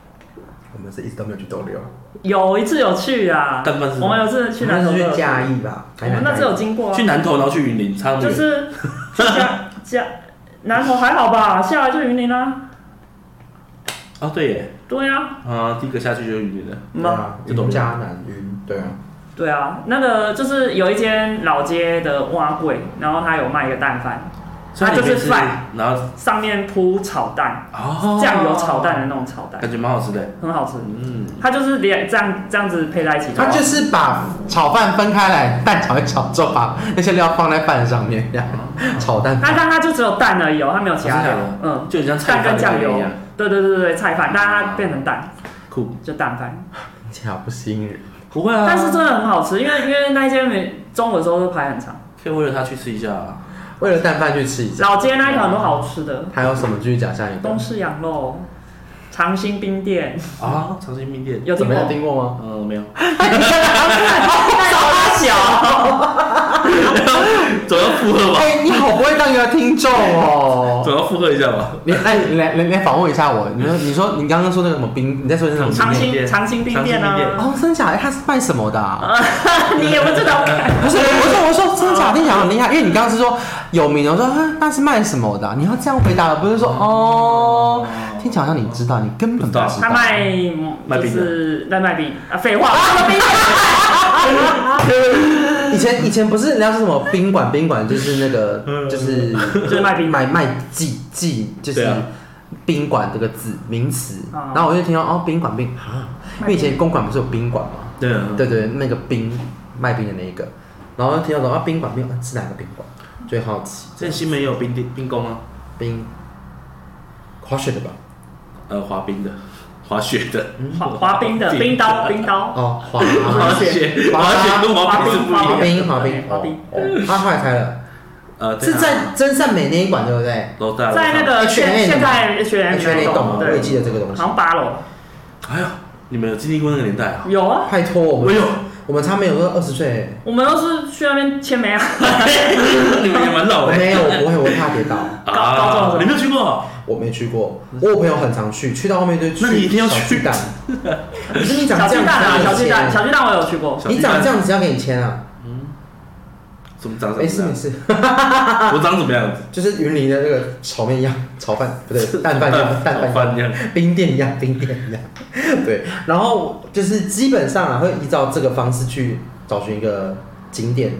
A: 我们是一直都没有去逗留，
C: 有一次有去啊，
B: 蛋饭是什么
C: 我们有一次去
A: 我们
C: 南
A: 那
C: 投
A: 时候
C: 的
A: 去嘉，义吧，
C: 我
A: 台
C: 们
A: 南
C: 那次有
A: 嘉义
C: 经过啊
B: 去，南投，然后去云林，差那么
C: 就
B: 远。
C: 是去嘉嘉南投还好吧，下来就云林啦。
B: 啊，对耶，
C: 对啊，
B: 啊，第一个下去就是云林的。
C: 嗯
A: 对
C: 吧
A: 啊
B: 这都
A: 云嘉南云对啊，
C: 对啊，那个就是有一间老街的蛙柜，然后它有卖一个蛋饭，
B: 所以
C: 它
B: 你
C: 啊就
B: 可以
C: 是
B: 吃
C: 饭，
B: 然后
C: 上面铺炒蛋，
B: 哦，
C: 酱油炒蛋的那种炒蛋，
B: 感觉蛮好吃的。
C: 很好吃。
B: 嗯，
C: 它就是连这样这样子配在一起，
A: 他就是把炒饭分开来，蛋炒一炒之后，把那些料放在饭上面，这样炒蛋
C: 它但它就只有蛋而已哦，它没有其他料
B: 哦真的假的。
C: 嗯，
B: 就很像菜
C: 蛋
B: 饭
C: 跟
B: 的
C: 酱
B: 概念一
C: 油
B: 样，，
C: 对对对对对，菜饭，但它变成蛋
B: 酷。
C: 就蛋饭，
A: 巧不吸引人。
B: 不会啊，
C: 但是真的很好吃，因为因为那一间每中午的时候都排很长，
B: 可以为了它去吃一下啊。
A: 为了蛋饭去吃一下，
C: 老街那一条很多好吃的，
A: 还有什么继续讲下一个
C: 东？市羊肉、长兴冰店
B: 啊，长兴面店，
C: 有
A: 怎
C: 听
A: 么
C: 过
A: 样？听过吗？
B: 嗯，没有。
C: 大小，
B: 总要附和吧，
A: <laughs> 哎、你好不会当一个听众哦。 <laughs>
B: 总要附和一下吧。
A: 你哎，你来来来访问一下我。你说你说你刚刚说那个什么冰，你在说那种
C: 长
A: 冰面？
C: 兴长兴冰店
B: 长兴冰
C: 啊，
A: 哦，真假？哎，他是卖什么的啊、
C: 你也不知道，
A: 不是，我说我说真假，听起来很厉害。 <laughs> 因为你刚刚是说有名的，我说啊那是卖什么的啊、你要这样回答，不是说哦，听起来好像你知道，你根本不知道。
C: 他卖就是在卖冰啊，废话，什么冰？
A: 以前以前不是人家说什么宾馆宾馆就是那个就是
C: 就是卖冰
A: 买卖记记就是
B: 对啊
A: 宾馆这个字名词，
C: 哦
A: 然后我就听到哦宾馆宾啊，因为以前公馆不是有宾馆嘛，
B: 对啊，
A: 对对，那个冰卖冰的那一个，然后就听到说啊宾馆宾馆是哪个宾馆，就会好奇
B: 这新美也有冰店冰宫啊，
A: 冰滑雪的吧？
B: 呃，滑冰的，滑雪的，
A: 嗯
C: 滑滑冰的冰刀，冰刀，
A: 哦，滑
B: 滑
A: 滑
B: 雪，
A: 滑
B: 滑雪跟滑冰是不一
C: 滑
B: 样。
A: 冰滑冰
C: 滑冰
A: 哦哦他后来开了，
B: 呃，对
A: 是
B: 啊
A: 在真善美那一馆对不对？
B: 楼大，
C: 在那
A: 呃
B: 楼
C: 个现现在学员
A: H 那一栋啊，我也
C: 对，
A: 记得这个东西
C: 好。像八楼
B: 大，哎呀，你们有经历过那个年代啊？
C: 有啊，
A: 拜托我们，
B: 哎呦，
A: 我们差没有都二十岁，
C: 我们都是去那边签名啊，
B: <laughs> 你们也蛮老
A: 我
B: 的、啊
A: 没有，我不会，我怕跌倒，
C: 高高中的时候
B: 你没有去过？
A: 我没去
B: <laughs>
A: 过。我有朋友很常去，去到后面就去
B: 那你一定要
A: 小
B: 去
A: 巨蛋。 <laughs> 可是你长
C: 小
A: 这
C: 巨
A: 样子
C: 蛋啊，
A: 要
C: 小
A: 给
C: 巨
A: 你
C: 蛋，
A: 签
C: 小，巨蛋我有去过，
B: 小巨蛋
A: 你长这样子要给你签啊？哎
B: 怎么长什么
A: 没事
B: 样啊
A: 没？事，
C: 啊
B: 我长什么样子？
A: 就是云林的那个炒面一样，炒饭不对，蛋
B: <laughs>
A: 饭一样，蛋饭一样。
B: 饭一样。
A: 冰店一样，冰店一样。对，然后就是基本上啊，会依照这个方式去找寻一个景点。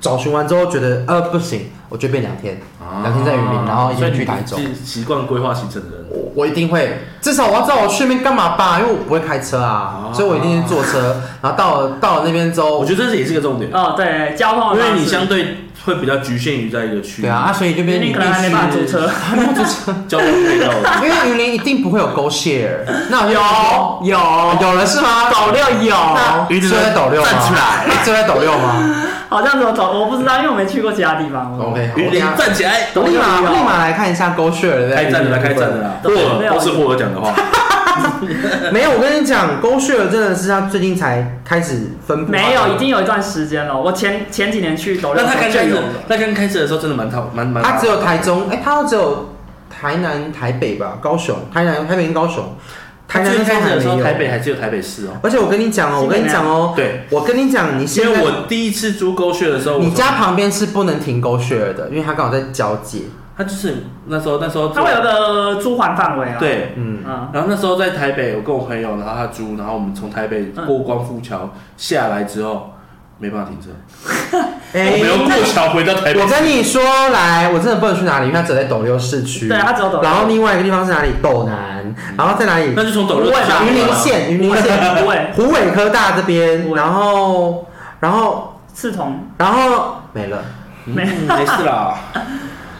A: 找寻完之后觉得呃不行，我就变两天，
B: 啊
A: 两天在云林，然后一
B: 所以
A: 天
B: 你
A: 去台中。
B: 是习惯规划行程的人。
A: 我我一定会，至少我要知道我去那边干嘛吧，因为我不会开车啊，
B: 啊
A: 所以我一定是坐车。然后到了到了那边之后，
B: 我觉得这是也是一个重点，
C: 哦，对，交通
B: 因
C: 的方
B: 为你
C: 式
B: 相对会比较局限于在一个区域，
A: 对啊，啊，所以这边
C: 你
A: 你
C: 可
A: 必
C: 能还没办法
A: 须，
C: 租
A: <laughs>
C: 车，
B: 交通配套的。
A: 因为云林一定不会有 Go Share，那我就
C: 有
A: 有了是吗？
C: 抖六有，
A: 那
B: 一直
A: 就在抖六吗？
B: 站起
A: 来，就在抖六吗？
B: <laughs>
C: 好像怎么走，我不知道，因为我没去过其他地方。
A: OK，好，
B: 云
A: 我
B: 林
A: 等下
B: 站起来，
A: 立马立马来看一下 Go Share 的
B: 开战了啦，开战了啦！
A: 啊
B: 霍
C: 对没
B: 尔
C: 有
B: 都是霍尔讲的话，
A: 没有，我跟你讲，Go Share 真的是他最近才开始分布，
C: 没有，已经有一段时间了。我前前几年去斗
B: 那
C: 六
B: 他刚开
C: 的时候就
B: 始
C: 有，了，
B: 他刚开始的时候真的蛮讨蛮蛮，
A: 他只有台中，哎，他只有台南、台北吧，高雄、台南、台北跟高雄，台
B: 他
A: 南
B: 最
A: 那时候
B: 开始
A: 还
B: 的
A: 没
B: 时候台北
A: 有。
B: 还只有台北市哦。
A: 而且我跟你讲哦，我跟你讲哦，
B: 对，
A: 我跟你讲，你
B: 因
A: 现
B: 为
A: 在
B: 我第一次租沟穴的时候，
A: 你
B: 我
A: 家旁边是不能停 Go Share 的，因为它刚好在交界，
B: 他就是那时候那时候
C: 它会有个租还范围啊。，
B: 对，
A: 嗯，
C: 嗯，
B: 然后那时候在台北，我跟我朋友，然后他租，然后我们从台北过光复桥下来之后，没办法停车，
A: 哎
B: 我们又过桥回到台北
A: 我。跟你说，来，我真的不能去哪里，因为它只在斗六市区。
C: 对它只有斗六
A: 然后另外一个地方是哪里？斗南，
C: 嗯
A: 然后在哪里？
B: 那就从斗六
C: 不会吧
B: 下
A: 云林县，云林
C: <laughs>
A: 县，
C: 不会，
A: 湖北科大这边，
C: 湖北
A: 然后，然后，
C: 刺桐
A: 然后没了。
B: 嗯
C: 没
B: 没事
C: <laughs>
B: 啦，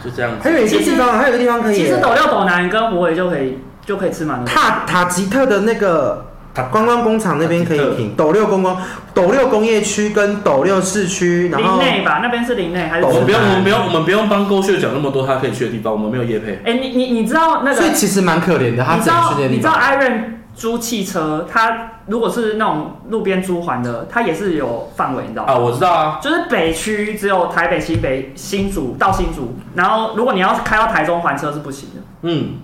B: 就这样子。
A: 还有一个地方，还有一个地方可以。
C: 其实斗六、斗南跟湖尾就可以就可以吃蛮多。
A: 塔塔吉特的那个
B: 塔
A: 观光工厂那边可
B: 塔吉
A: 以
B: 特
A: 停，斗六观光、斗六工业区跟斗六市区，然
C: 林
A: 后
C: 内吧，那边是林内还是？
B: 我们不
A: 斗
B: 用，我们不用，我们不用帮沟穴讲那么多他可以去的地方，我们没有夜配。
C: 哎，你你你知道那个
A: 所？以其实蛮可怜的，他
C: 你
A: 只
C: 知
A: 能
C: 道
A: 去那
C: 你
A: 地
C: 知道
A: 方。
C: Iron 租汽车，它如果是那种路边租还的，它也是有范围，你知道
A: 哦
C: 吗？
B: 啊，我知道啊，
C: 就是北区只有台北、新北、新竹到新竹，然后如果你要开到台中还车是不行的。
B: 嗯，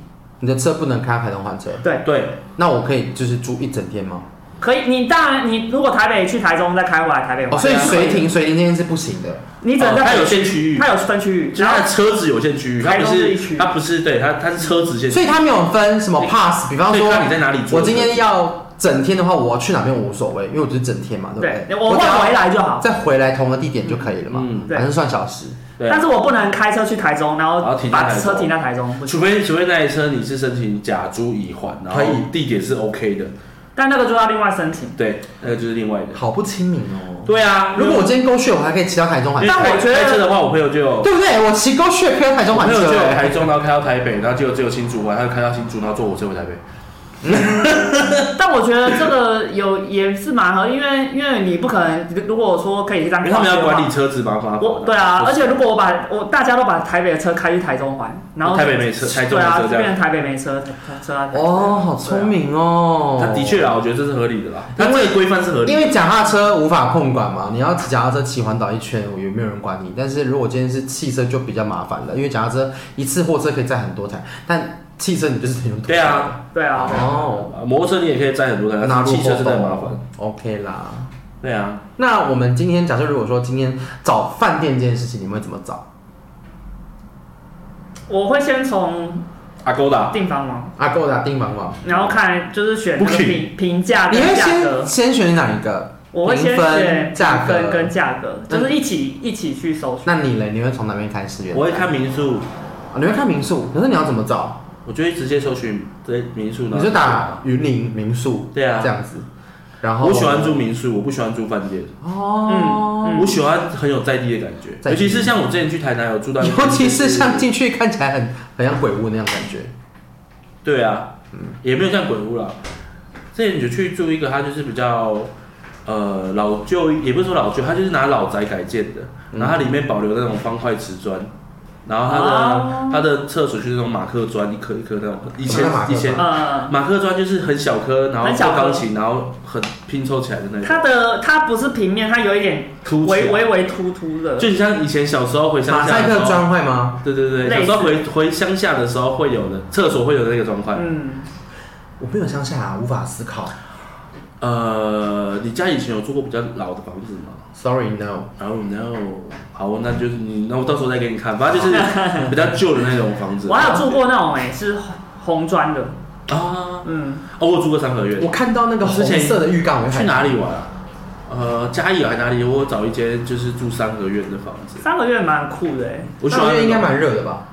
A: 你的车不能开海东换车，
C: 对，
B: 对，
A: 那我可以就是租一整天吗？
C: 可以，你当然你如果台北去台中再开回来台北还，
A: 哦，所以
C: 这样可
A: 随停随停那天是不行的。
C: 你只能
B: 哦
C: 在
B: 它有限区域
C: 它有分区域，
B: 就是
C: 然
B: 他
C: 后
B: 的
A: 哦
B: 车子有限区域，他
C: 台
B: 不
C: 中这一
B: 是
C: 区
B: 他不是对他他是车子限
A: 所
B: 区，
A: 以他没有分什么 pass，比方
B: 所以
A: 说
B: 看你在哪里住。
A: 我今天要整天的话，我要去哪边我无所谓，因为我就是整天嘛，对不
C: 对
A: 对？
C: 我
A: 只要
C: 换回来就好。
A: 再回来同个地点就可以了嘛，
B: 嗯
C: 对
A: 反正算小时。
B: 对
C: 但是我不能开车去台中，然后
B: 然后停在
C: 把
B: 台中
C: 车停在台中，不行。
B: 除非除非那台车你是申请假租乙还，然后
A: 可以
B: 地点是 OK 的，
C: 但那个就要另外申请。
B: 对，那个就是另外的。
A: 好不亲民哦。
B: 对啊，
A: 如果我今天勾血，我还可以骑到台中
B: 因
A: 环
B: 为
A: 车，
C: 但我觉得
B: 开车的话，我朋友就有，
A: 对不对？我骑勾血开到台中
B: 我
A: 环
B: 朋友
A: 车
B: 就有
A: 欸，
B: 台中，然后开到台北，然后就只有新竹玩，他就开到新竹，然后坐火车回台北。
C: 啊但我觉得这个有也是蛮合，因为因为你不可能，如果我说可以这样
B: 因
C: 跨
B: 为
C: 区的
B: 他
C: 话，
B: 们要管理车子，麻烦。
C: 我对啊，而且如果我把我大家都把台北的车开去台中还，然后
B: 台北没车台中
C: 对啊，
B: 没车这样
C: 就变成台北没车，台车啊
A: 哦，好聪明哦。
B: 他的确啊，我觉得这是合理的啦，他
A: 因
B: 这
A: 为
B: 个规范是合理
A: 因
B: 的。
A: 为脚踏车无法控管嘛，你要脚踏车骑环岛一圈，我也没有人管你。但是如果今天是汽车就比较麻烦了，因为脚踏车一次货车可以载很多台，但汽车你就是只能
B: 对，啊，
C: 对啊，
A: 哦，
B: 摩托车你也可以载很多人，
A: 纳
B: 但
A: 入
B: 是汽车
A: 活
B: 真的很
A: 动
B: 麻烦。
A: OK 啦。
B: 对啊，
A: 那我们今天假设如果说今天找饭店这件事情，你们会怎么找？
C: 我会先从
B: 阿勾达，
C: 订房网，
A: 阿勾打订房网，
C: 然后看就是选那个
B: Booking
C: 评评
B: 啊
C: 价
A: 你
C: 跟
A: 会
C: 价格
A: 先，先选哪一个？
C: 我会先
A: 评分
C: 选
A: 价格
C: 分跟价格，就是一起一起去搜寻。
A: 那你嘞？你会从哪边开始？原来
B: 我会看民宿，
A: 啊你会看民宿，可是你要怎么找？
B: 我就会直接搜寻这民宿。然后
A: 你就打云林民宿，
B: 对啊
A: 这样子。然后
B: 我喜欢住民宿，我不喜欢住饭店。
A: 哦，
C: 嗯
B: 我喜欢很有在地的感觉，
A: 在地
B: 尤其是像我之前去台南有住到一个，
A: <laughs> 尤其是像进去看起来很很像鬼屋那样感觉。
B: 对啊，
A: 嗯
B: 也没有像鬼屋啦。之前你就去住一个，它就是比较呃老
A: 嗯
B: 旧，也不是说老旧，它就是拿老宅改建的，然后它里面保留那种方块瓷砖，然后它的、
C: 哦
B: 它的厕所就是那种马克砖，一颗一颗那种，以前
A: 什么叫马克
B: 以前
A: 砖
C: 呃，
B: 马克砖就是很小颗，然后
C: 很小
B: 做
C: 颗
B: 钢琴，然后很拼凑起来的那种，
C: 它的它不是平面，它有一点
B: 凸起
C: 微
B: 来，
C: 微微突突的，
B: 就你像以前小时候回乡
A: 马
B: 下
A: 赛
B: 的时
A: 克
B: 候，
A: 砖会吗？
B: 对对对，
C: 类
B: 小
C: 似
B: 时候回回乡下的时候会有的，厕所会有的那个砖块。
C: 嗯，
A: 我没有乡下、啊，无法思考。
B: 呃，你家以前有住过比较老的房子吗？
A: Sorry no，
B: 然后 no，好，那就是你，那我到时候再给你看，反正就是比较旧的那种房
C: <laughs>
B: 子。
C: 我还有住过那种哎、是红砖的，
B: 啊，
C: 嗯，
B: 哦，我住过三合院
A: 我。看到那个红色的浴缸，我就
B: 去
A: 害怕
B: 哪里玩啊？呃，嘉义还哪里？我有找一间就是住三合院的房子，
C: 三个月蛮酷的哎、
B: 我喜
A: 那
B: 欢
A: 我觉
B: 那种
A: 得应该蛮热的吧？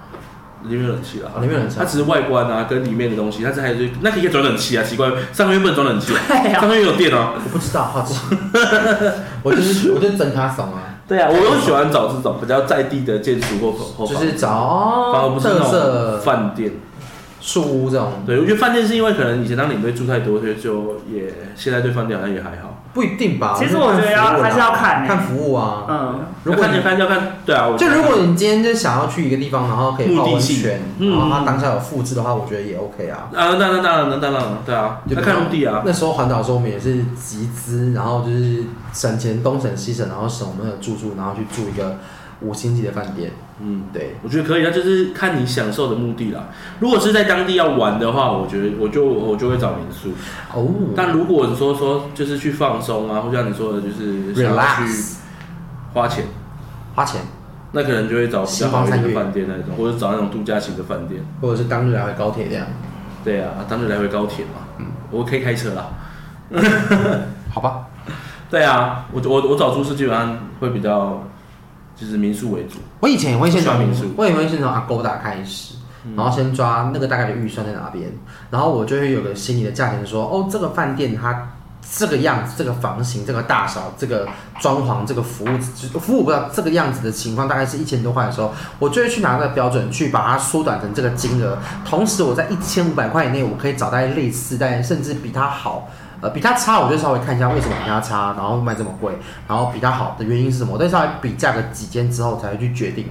B: 里啊面有冷气啦
A: 哦，里面有冷气
B: 它只是外观啊，跟里面的东西，它是还是那可以装冷气啊，奇怪，三合院不能装冷气，
C: 对啊
B: 三合院有电哦。
A: 我不知道，好奇。我就是我就整他怂啊，
C: 对啊，
B: 我又喜欢找这种比较在地的建筑或或
A: 就
B: 房
A: 是
B: 子
A: 找
B: 反而
A: 哦
B: 不是
A: 特
B: 那种
A: 色
B: 饭店。
A: 树屋这种，
B: 对，我觉得饭店是因为可能以前当领队住太多，所以就也现在对饭店好像也还好。
A: 不一定吧？
C: 其实
A: 就
C: 我觉得要
A: 看服务啦啊
C: 还是要看欸
A: 看服务啊。
C: 嗯，
A: 如果
B: 看
A: 你
B: 见饭店要看，对啊，我
A: 就如果你今天就想要去一个地方，然后可以泡温泉，
B: 目的性嗯
A: 然后它当下有复制的话，我觉得也 OK 啊。
B: 啊，那那当然了，当然了，对啊，
A: 就
B: 要看目的啊。
A: 那时候环岛的时候，我们也是集资，然后就是省钱东省西省，然后省我们的住宿，然后去住一个五星级的饭店。
B: 嗯，
A: 对，
B: 我觉得可以，那就是看你享受的目的啦。如果是在当地要玩的话，我觉得我就我就会找民宿。
A: 哦，
B: 但如果你说说就是去放松啊，或像你说的，就是想要去
A: relax
B: 花钱，
A: 花钱，
B: 那可能就会找比较好一点的饭店那种，或者找那种度假型的饭店。
A: 或者是当日来回高铁这样，
B: 对啊，当时来回高铁嘛，嗯，我可以开车啦。
A: 好吧？
B: 对啊，我我我找住宿基本上会比较就是民宿为主。
A: 我以前也会先从
B: 不喜欢民宿，嗯
A: 我也会先从 Agoda 开始，然后先抓那个大概的预算在哪边，然后我就会有个心理的价钱说，哦，这个饭店它。这个样子，这个房型，这个大小，这个装潢，这个服务，就服务不到这个样子的情况，大概是一千多块的时候，我就会去拿那个标准去把它缩短成这个金额。同时，我在一千五百块以内，我可以找到类似，但甚至比它好，呃，比它差，我就稍微看一下为什么比它差，然后卖这么贵，然后比它好的原因是什么，我再稍微比价个几间之后才会去决定。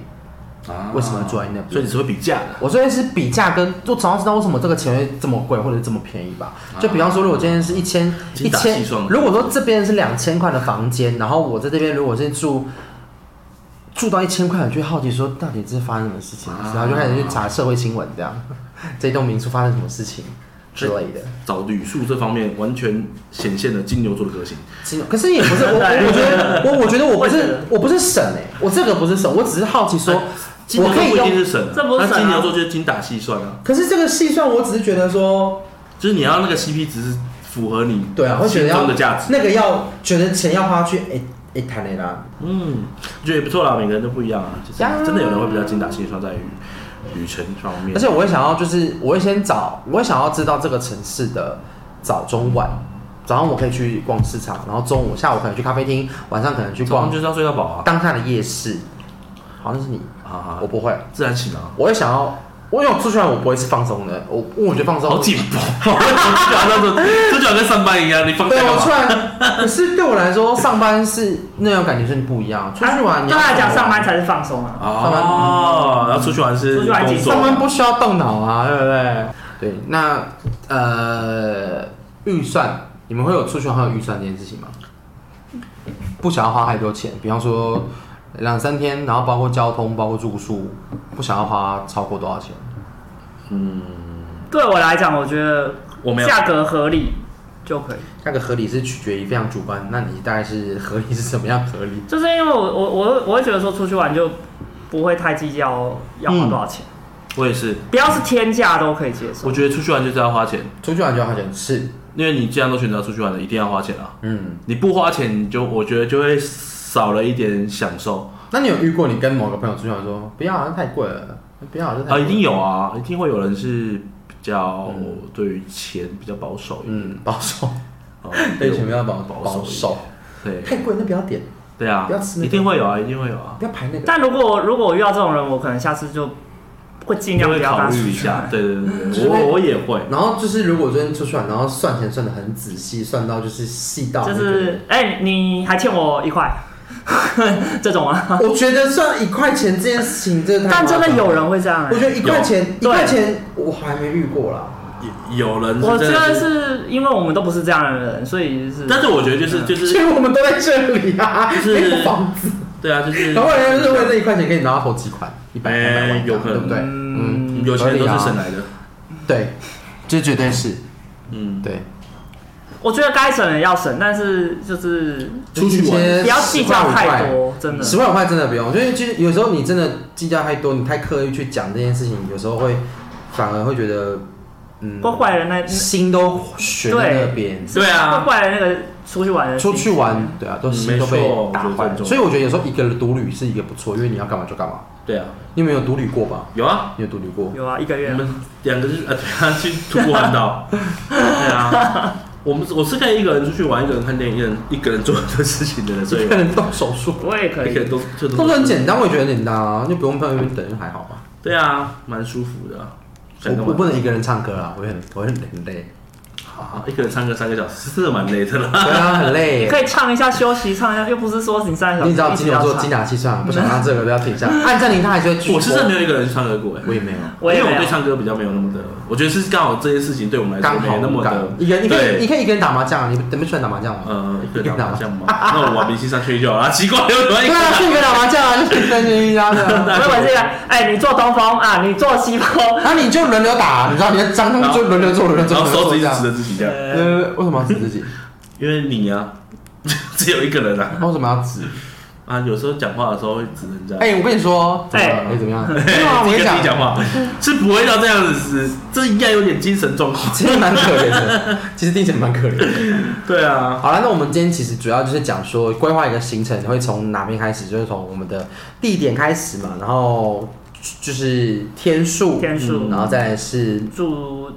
B: 啊
A: 为什么住在那边
B: 所以你是会比价的。
A: 我这边是比价跟，就总要知道为什么这个钱会这么贵或者这么便宜吧。就比方说，如果今天是一千一
B: 精打
A: 千
B: 细算，
A: 如果说这边是两千块的房间，然后我在这边如果是住住到一千块，我就会好奇说到底是发生什么事情，
B: 啊
A: 然后就开始去查社会新闻，这样这栋民宿发生什么事情之类的。
B: 找旅宿这方面完全显现了金牛座的个性。
A: 金融可是也不是我，我
C: 真的
A: 我觉得我我觉得我不
C: 我也
A: 是
C: 觉得
A: 我不是省哎、我这个不是省，我只是好奇说
B: 哎金
A: 我
B: 牛座
A: 可以
B: 不一定
A: 用，
B: 是省，
C: 这不
B: 那
C: 是省啊
B: 金牛座就是精打细算啊，
A: 可是这个细算我只是觉得说
B: 就是你要那个 CP 值是符合你
A: 对啊，会觉得
B: 心
A: 要
B: 中的价值。
A: 那个要觉得钱要花去诶诶谈的啦，
B: 嗯，我觉得也不错啦，每个人都不一样啊，就是
A: 呀
B: 真的有人会比较精打细算在于旅程方面。
A: 而且我会想要就是我会先找，我会想要知道这个城市的早中晚。早上我可以去逛市场，然后中午、下午可能去咖啡厅，晚上可能去
B: 早上
A: 逛
B: 就是要睡到饱啊，
A: 当下的夜市。好像是你，
B: 啊
A: 我，不会，
B: 自然醒啊，
A: 我会想要，我有出去玩，我不会是放松的，我我觉得放松，
B: 好紧绷， <laughs> 我就觉得跟上班一样，你放假
A: 对
B: 干
A: 我出
B: 嘛？
A: 来， <laughs> 可是对我来说，上班是那种感觉是不一样。出去
B: 啊
A: 玩，你
C: 对
A: 要
C: 他来
A: 怎么玩
C: 讲上班才是放松啊，
B: 哦，然后出去玩是
C: 出去玩
B: 工
C: 紧
B: 作，
A: 上班不需要动脑啊，对不对？对，那呃，预算，你们会有出去玩还有预算这件事情吗？不想要花太多钱，比方说两三天，然后包括交通，包括住宿，不想要花超过多少钱？
C: 对我来讲，我觉得
B: 嗯我没有
C: 价格合理就可以。
A: 那个合理是取决于非常主观，那你大概是合理是什么样合理？ <laughs>
C: 就是因为我我我我会觉得说出去玩就不会太计较要花多少钱，
B: 我也是，
C: 不要是天价都可以接受
B: 我。觉得出去玩就是要花钱，
A: 出去玩就要花钱是，
B: 因为你既然都选择出去玩了，一定要花钱啊。
A: 嗯，
B: 你不花钱，你就我觉得就会少了一点享受
A: 那你有遇过你跟某个朋友出去玩说不要、啊，太贵了，不要、啊，这太贵
B: 啊，
A: 了
B: 一定有啊，一定会有人是比较对于钱比较保守一点，
A: 嗯保守，
B: 哦
A: 对钱比较保
B: 保
A: 保守
B: 守，一点，对
A: 太贵那不要点，
B: 对啊
A: 不要吃那，个
B: 一定会有啊，一定会有啊，
A: 不要排那个。
C: 但如果如果我遇到这种人，我可能下次就会尽量
B: 就
C: 不
B: 会
C: 要跟
B: 考
C: 他出
B: 虑一
C: 去玩
B: 下，。对对对
A: 就是
B: 对，我我也会，
A: 然后就是，如果昨天出去玩，然后
C: 啊
A: 算钱算的很仔细，算到就是细到
C: 就是哎、你还欠我一块， <laughs> 这种啊，
A: 我觉得算一块钱这件事情，真的太
C: <laughs> 但
A: 麻
C: 真
A: 烦
C: 的有
A: 了。
C: 人会这样、
A: 我觉
C: 欸。
A: 得一块钱，一
C: 有
A: 块钱我还没遇过啦。
B: 有人是
C: 我觉
B: 真的
C: 得
B: 是，
C: 是因为我们都不是这样的人，所以就是。
B: 但是我觉得就是就是
A: 所以我们都在这里啊，
B: 就是
A: 没有房子，
B: 对啊，
A: <laughs>
B: 就是
A: 然后人家认为这一块钱可以拿到投几款，一百、
B: 哎
A: 两百万，
B: 有可能
A: 对不对？嗯，啊
B: 有钱人都是省来的，
A: 对，这绝对是
B: 嗯，
A: 对。
C: 我觉得该省的要省，但是就是
B: 出去玩
C: 不要计较太多，真的。
A: 十万五块真的不用，因为其实有时候你真的计较太多，你太刻意去讲这件事情，有时候会反而会觉得，嗯，
C: 不过坏人那
A: 心都悬在那边。
B: 对啊
C: 不坏人那个出去玩的心
A: 出
C: 情
A: 去玩，对啊，都心都被
B: 没错
A: 打
B: 我觉得
A: 坏
B: 很
A: 了。
B: 重要
A: 所以我觉得有时候一个人独旅是一个不错，因为你要干嘛就干嘛。
B: 对啊，
A: 你们有独旅过吧？
B: 有啊，
A: 你有独旅过？
C: 有啊，一个
B: 我
C: 月
B: 们两个是啊，对啊，去 <laughs> 徒步环岛，对啊，我们我是可以一个人出去玩，一个人看电影，一个人一个人做很多事情的
A: <laughs>
B: 人，所以
A: 一个人动手术，
C: 我也可
B: 一个
C: 以。
B: 人都这
A: 都是很简单，我也觉得很简单啊，就不用在那边等，还好吧。
B: 对啊，蛮舒服的啊，
A: 我
B: 想干
A: 我
B: 嘛
A: 不能一个人唱歌啊，我会很我会很 <laughs> 累。
B: 啊，一个人唱歌三个小时，真的蛮累
A: <laughs>
B: 的啦。
A: 对啊，很累。
C: 可以唱一下休息，唱一下，又不是说你三个小时
A: 你
C: 一
A: 知道金
C: 直
A: 牛
C: 要
A: 座
C: 唱
A: 精。打细算，不想让这个都要停下来。按暂停，他还是会继续播。
B: 我是真的没有一个人唱歌过哎，
A: 我也没有。
C: 我也
B: 因为
C: 没
B: 我对
C: 有。
B: 唱歌比较没有那么的，我觉得是刚好这件事情对我们来
A: 刚
B: 说
A: 好
B: 没那么
A: 刚
B: 的
A: 好，一个人，你可以你
B: 对。
A: 可以一个人打麻将啊，你等不出来打麻将吗？
B: 呃，一个人打麻将吗？那我玩明星上去就好了。奇怪，为什么一
A: 对 <laughs>
B: 个人
A: 啊，是一个人打麻将啊，就是跟人一
B: <laughs>
A: 样的啊。
C: <laughs> 我以为这个，哎，你做东风啊，你做西风，
A: 然后你就轮流打，你知道，你张张就轮流做，轮流做，
B: <laughs> 然后
A: 轮流
B: 手
A: 做
B: 指一
A: 这
B: 直
A: 样
B: 指。着自己这样，
A: 呃，为什么要指自己？
B: 因为你啊， <laughs> 只有一个人啊
A: 那为什么要指？
B: 啊，有时候讲话的时候会指人家。 <laughs>
A: 哎，我跟你说，
C: 哎
A: 哎，怎么样？
B: 嘿
A: 没有啊，我跟
B: 自己
A: 你
B: <laughs> 跟自己
A: 讲，
B: 讲话
A: <laughs>
B: 是不会到这样子，这应该有点精神状况。
A: 其实蛮可怜的，其实听起来蛮可怜的。
B: 对啊，
A: 好了，那我们今天其实主要就是讲说规划一个行程会从哪边开始，就是从我们的地点开始嘛，然后就是天数，
C: 天
B: 嗯
C: 数
A: 然后再来是
C: 住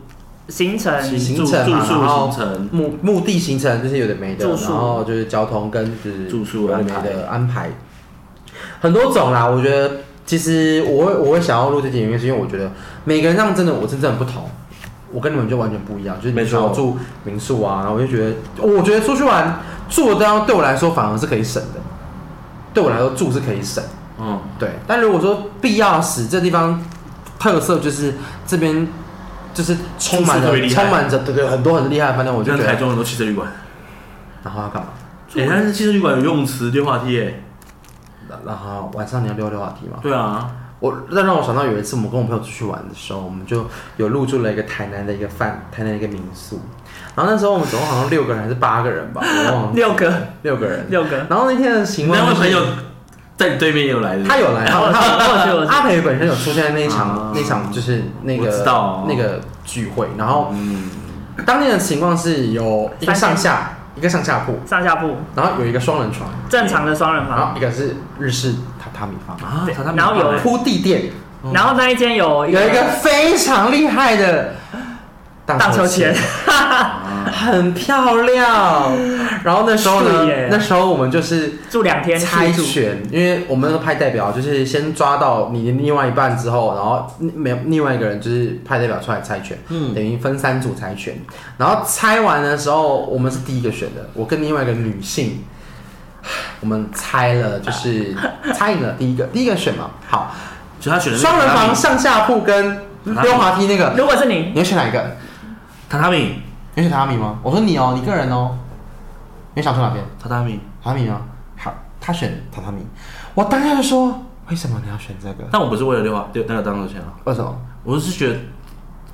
C: 行程，
A: 行
B: 住
A: 程
B: 住
A: 嘛
B: 宿
A: 然后
B: 行程，
A: 目目的行程，就是有的没的，
C: 住宿
A: 然后就是交通跟就是
B: 住宿
A: 有的
B: 安
A: 没
B: 排
A: 的安排，很多种啦。我觉得其实我会我会想要录这节原因是因为我觉得每个人上真的我真正很不同。我跟你们就完全不一样，就是
B: 没
A: 你
B: 错
A: 想要住民宿啊，然后我就觉得，我觉得出去玩住的地方对我来说反而是可以省的，对我来说住是可以省，
B: 嗯，
A: 对。但如果说必要时，这地方特色就是这边就是充满
B: 特别
A: 了
B: 厉害
A: 充满着对对很多很厉害的饭店，我就
B: 像
A: 觉
B: 台
A: 得
B: 中很多汽车旅馆，
A: 然后要干嘛？
B: 哎，但是汽车旅馆有游泳池、溜滑梯，哎，
A: 然然后晚上你要溜溜滑梯嘛？
B: 对啊，
A: 我那让我想到有一次我们跟我朋友出去玩的时候，我们就有入住了一个台南的一个饭，台南的一个民宿。然后那时候我们总共好像六个人还是八个
B: <laughs>
A: 人吧，我忘了
C: 六个，
A: 六个人。
C: 六个。
A: 然后那天的情况、
B: 那
A: 就
B: 位
A: 是，
B: 朋友在你对面也有来的，
A: 他有来，他他
C: 我去，我去，
A: 阿培本身有出现在那一场、
B: 啊
A: 那场就是那
B: 我
A: 个
B: 知道哦
A: 那个聚会，然后
B: 嗯，
A: 当天的情况是有一个上下一个上下铺，
C: 上下铺，
A: 然后有一个双人床，
C: 正常的双人
A: 然
C: 房，
A: 后一个是日式榻榻米房，
B: 啊，榻榻米
C: 然后有
B: 房
A: 铺地垫，
B: 嗯
C: 然后那一间有
A: 有一个非常厉害的
C: 荡秋千，
A: <laughs> 很漂亮。然后那时候呢
C: 是耶，
A: 那时候我们就是
C: 住两天，
A: 猜
C: 住
A: 拳，因为我们那个派代表就是先抓到你的另外一半之后，然后没有另外一个人就是派代表出来猜拳，
B: 嗯
A: 等于分三组猜拳。然后猜完的时候，我们是第一个选的，我跟另外一个女性。 <sighs> 我们猜了，就是
C: <laughs>
A: 猜赢了第一个，第一个选嘛。好，
B: 所以他选的那个
A: 双人
B: 榻榻
A: 房
B: 米
A: 上下铺跟溜滑梯那个，
C: 如果是你，
A: 你要选哪一个？
B: 榻榻米，
A: 你要选榻榻米吗？我说你哦，你个人哦。你想去哪边？
B: 榻榻米，
A: 榻榻米吗？好，他选榻榻米。我当下就说，为什么你要选这个？
B: 但我不是为了溜滑溜那个荡秋千啊，
A: 为什么？
B: 我是觉得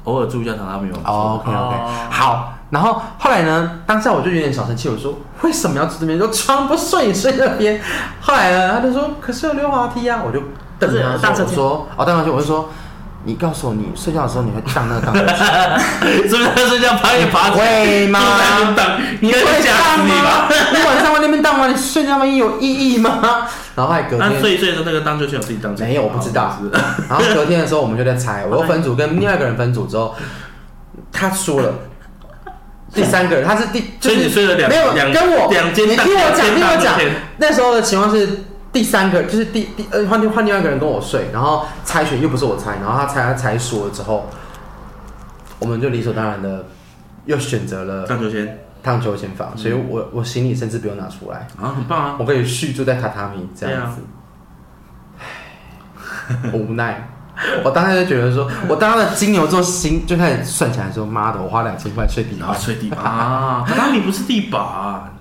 B: 偶尔住一下榻榻米嘛，
A: 哦、o k OK，、
C: 哦
A: 好。然后后来呢，当下我就有点小生气，我说为什么要住这边？就床不睡也睡那边。后来呢，他就说可是有溜滑梯啊，我就瞪着
C: 不是
A: 他
C: 荡
A: 说，我
C: 秋千
A: 说哦，荡秋千，我就说你告诉我，你睡觉的时候你会荡那个荡秋千？
B: <laughs> 是不是他睡觉半夜爬起来
A: 会吗
B: 住在那边荡？你
A: <laughs> 你
B: 该
A: 会
B: 吓死
A: 荡
B: 你
A: 吗？？
B: 吧
A: 你晚上会那边荡吗？你睡觉吗？你有意义吗？ <laughs> 然后后来隔
B: 那
A: 天。
B: 睡一睡的时候，那个荡秋千有自己荡？
A: 没有，我不知道
B: 是。
A: 然后隔天的时候，我们就在猜，我又分组跟另外一个人分组之后，他输了。第三个人，他是第，就
B: 所以
A: 是
B: 你睡了两
A: 没有
B: 两
A: 跟我，
B: 两间
A: 你
B: 大
A: 听我
B: 两
A: 讲，
B: 间
A: 听
B: 大
A: 我讲
B: 间。
A: 那时候的情况是第三个，就是第第呃换换另外一个人跟我睡，然后猜拳又不是我猜，然后他猜他猜输了之后，我们就理所当然的又选择了
B: 荡秋千，
A: 烫秋千房，所以我我行李甚至不用拿出来，
B: 啊，很棒啊！
A: 我可以续住在榻榻米这样子。
C: 哎
A: 唉，我无奈，我当时就觉得说，我当了金牛座心就开始算起来说，妈的，我花两千块睡地
C: 哦
B: 啊，
A: 板，
B: 睡地板啊，榻榻米不是地板、啊，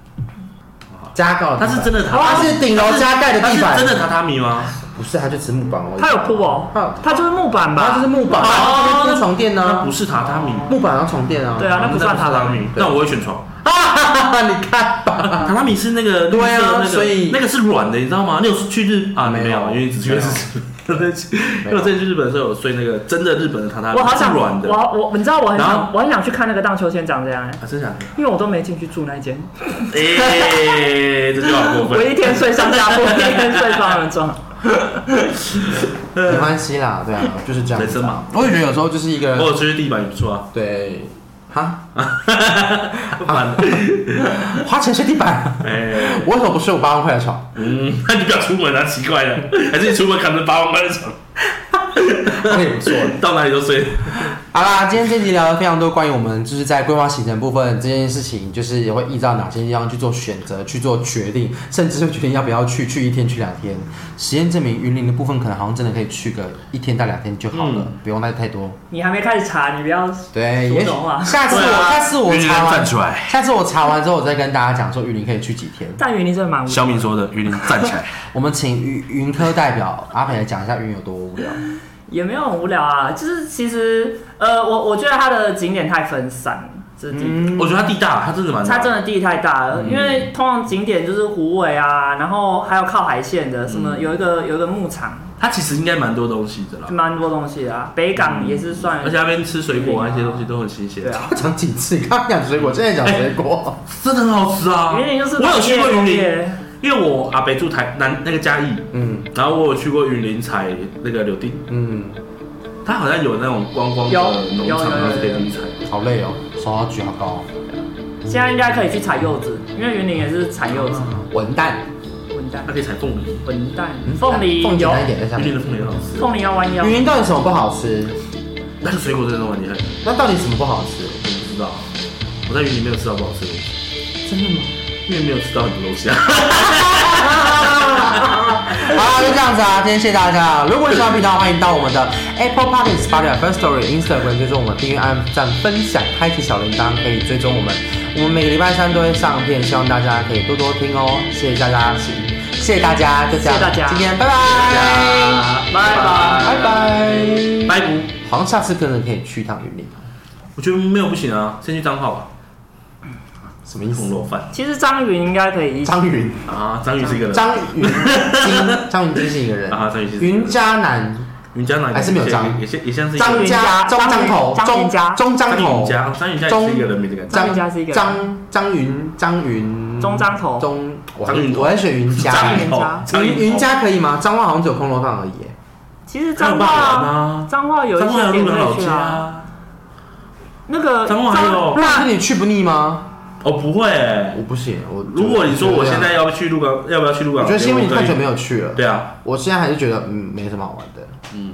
A: 加高
B: 它是真的榻榻
A: 它是顶楼加盖的
B: 它
A: 地
B: 是
A: 板，
B: 真的榻榻米吗？
A: 不是，它就只是木板而已。
C: 它有铺
A: 它有
C: 哦，它就是木板吧？
A: 它就是木板，
C: 哦
A: 它就是床垫
B: 那
A: 呢
B: 不，是榻榻米，
A: 啊木板然后床垫啊，
C: 对啊，那不算榻
B: 榻
C: 榻米。
B: 米，但我会选床。
A: <laughs> 你看吧，
B: 榻榻米是那个绿
A: 对啊
B: 色的那个
A: 所以
B: 那个是软的，你知道吗？你有去日啊？
A: 没有
B: 没有，因为只去
A: 没
B: 日
A: 有
B: 本，对不起 <laughs> 因为我之前去日本的时候有睡那个真的日本的榻榻米，
C: 我好想
B: 是软的
C: 我
B: 啊，
C: 好我你知道我很
B: 然后
C: 想我很想去看那个荡秋千长这样哎，
B: <laughs> 真假的？
C: 因为我都没进去住那间，
B: 哎，这就好过
C: 我一
B: 分。
C: 天睡上下铺，一天睡双人床。
A: 没关系啦，对啊，就是这样。
B: 人生嘛，
A: 我也觉得有时候就是一个
B: 我有去地板也不错啊，
A: 对，哈，
B: 反 <laughs>
A: 花钱睡地板，
B: 哎，
A: 我为什么不睡我八万块的床？
B: 嗯，那你不要出门啊，奇怪了， <laughs> 还是你出门扛着八万块的床，
A: 那也不错。
B: 到哪里都睡。
A: 好啦，今天这集聊了非常多关于我们就是在规划行程部分这件事情，就是会依照哪些地方去做选择、去做决定，甚至会决定要不要去，去一天、去两天。实验证明，云林的部分可能好像真的可以去个一天到两天就好了，不用带太多。
C: 你还没开始查，你不要
A: 对，
C: 说
A: 也许
C: 懂啊
A: 下次我、
B: 对啊
A: 下次我
B: 云林
A: 查
B: 人
A: 完
B: 站出来，
A: 下次我查完之后，我再跟大家讲说雨林可以去几天。
C: 但云林真的蛮无
B: 小
C: 聊。
B: 敏说的，云林站 <laughs> 起来，
A: 我们请云云科代表阿培来讲一下云有多无聊。
C: 也没有很无聊啊，就是其实呃，我我觉得它的景点太分散了，这是第一个
B: 我觉得他地大，他真的蛮大
C: 它真的地太大
B: 嗯
C: 了，因为通常景点就是湖尾啊，然后还有靠海线的，什
B: 嗯
C: 么有一个有一个牧场，
B: 他其实应该蛮多东西的啦，
C: 蛮多东西的啊。北港也是算，
B: 嗯而且那边吃水果啊，一些东西都很新鲜
C: 对。啊，
A: 他讲几次？刚刚讲水果，现在讲水果。 <laughs>
B: 真的很好吃啊！
C: 云林就是
B: 我有去过云
C: 农
B: 林，
C: 业，
B: 因为我阿北住台南那个嘉义，
A: 嗯
B: 然后我有去过云林采那个柳丁，
A: 嗯，
B: 它好像有那种观光的
C: 有
B: 农
C: 有
B: 场，
C: 有
B: 然后是可以
C: 有
B: 自己采。
A: 好累哦，手要举好高、哦。
C: 现在应该可以去采柚子，因为云林也是采柚子。
B: 嗯
A: 文旦，
C: 混蛋
B: 它，可以采凤梨，
C: 混蛋，
B: 嗯
C: 凤梨
A: 凤简
C: 有
A: 单，一点在下
B: 云林
A: 面。
B: 的凤梨很好吃，
C: 凤梨要弯腰
A: 云。林到底什么不好吃？
B: 那个水果真的很厉害，我
A: 那到底什么不好吃？
B: 不知道。我在云林没有吃到不好吃的东西，
A: 真的吗？
B: 因为没有吃到很多东西啊。
A: <laughs> 好啦，就这样子啊，今天谢谢大家。如果你喜欢频道，欢迎到我们的 Apple Podcast、Spotify、First Story、Instagram 追踪我们，订阅、按赞、分享、开启小铃铛，可以追踪我们。我们每个礼拜三都会上片，希望大家可以多多听哦。谢谢大家，谢谢大家，就这样，
C: 谢谢大家
A: 今天拜
B: 大
A: 拜，
B: 家
C: 拜拜
A: 拜拜，
B: 拜不，
A: 好像下次真的可以去一趟云林，啊
B: 我觉得没有不行啊，先去彰化吧，
A: 什么意
B: 红
A: 思？
B: 楼饭
C: 其实章鱼应该可以一起，
A: 张云，
B: 啊，章鱼是一个人，
A: 张云金，张云金是一个人，
B: 啊，章鱼是一个人
A: 云嘉南，
B: 云江哪
A: 还是没有章
B: 也像也像是一个
A: 张
B: 人
A: 家，中张头，
C: 张云家
A: 中中张
B: 张
A: 头
B: 云。家，张云家也是一个人名的感觉。
C: 张云家是一个人
A: 张张云张云
C: 中张头
A: 中我还
B: 张云头
A: 我在选云家
B: 张
C: 张
B: 云
C: 云
B: 家
C: 家，
A: 云云家可以吗？彰化好像只有空楼饭而已耶。
C: 其实
B: 张
C: 彰
B: 爸玩
C: 化
B: 啊，
C: 彰化有一
B: 张化
C: 些
B: 有
C: 点
B: 路很
C: 可
B: 好
C: 以
B: 吃
C: 去啊，
B: 啊。
C: 那个
B: 彰化还有
C: 啊
A: 那那你去不腻吗？
B: 哦，不会欸，
A: 我不行，我
B: 如果你说我现
A: 觉得，
B: 在要去鹿港，要不要去鹿港？
A: 我觉得是因为你
B: 可以
A: 太久没有去了。
B: 对啊，
A: 我现在还是觉得嗯没什么好玩的。
B: 嗯，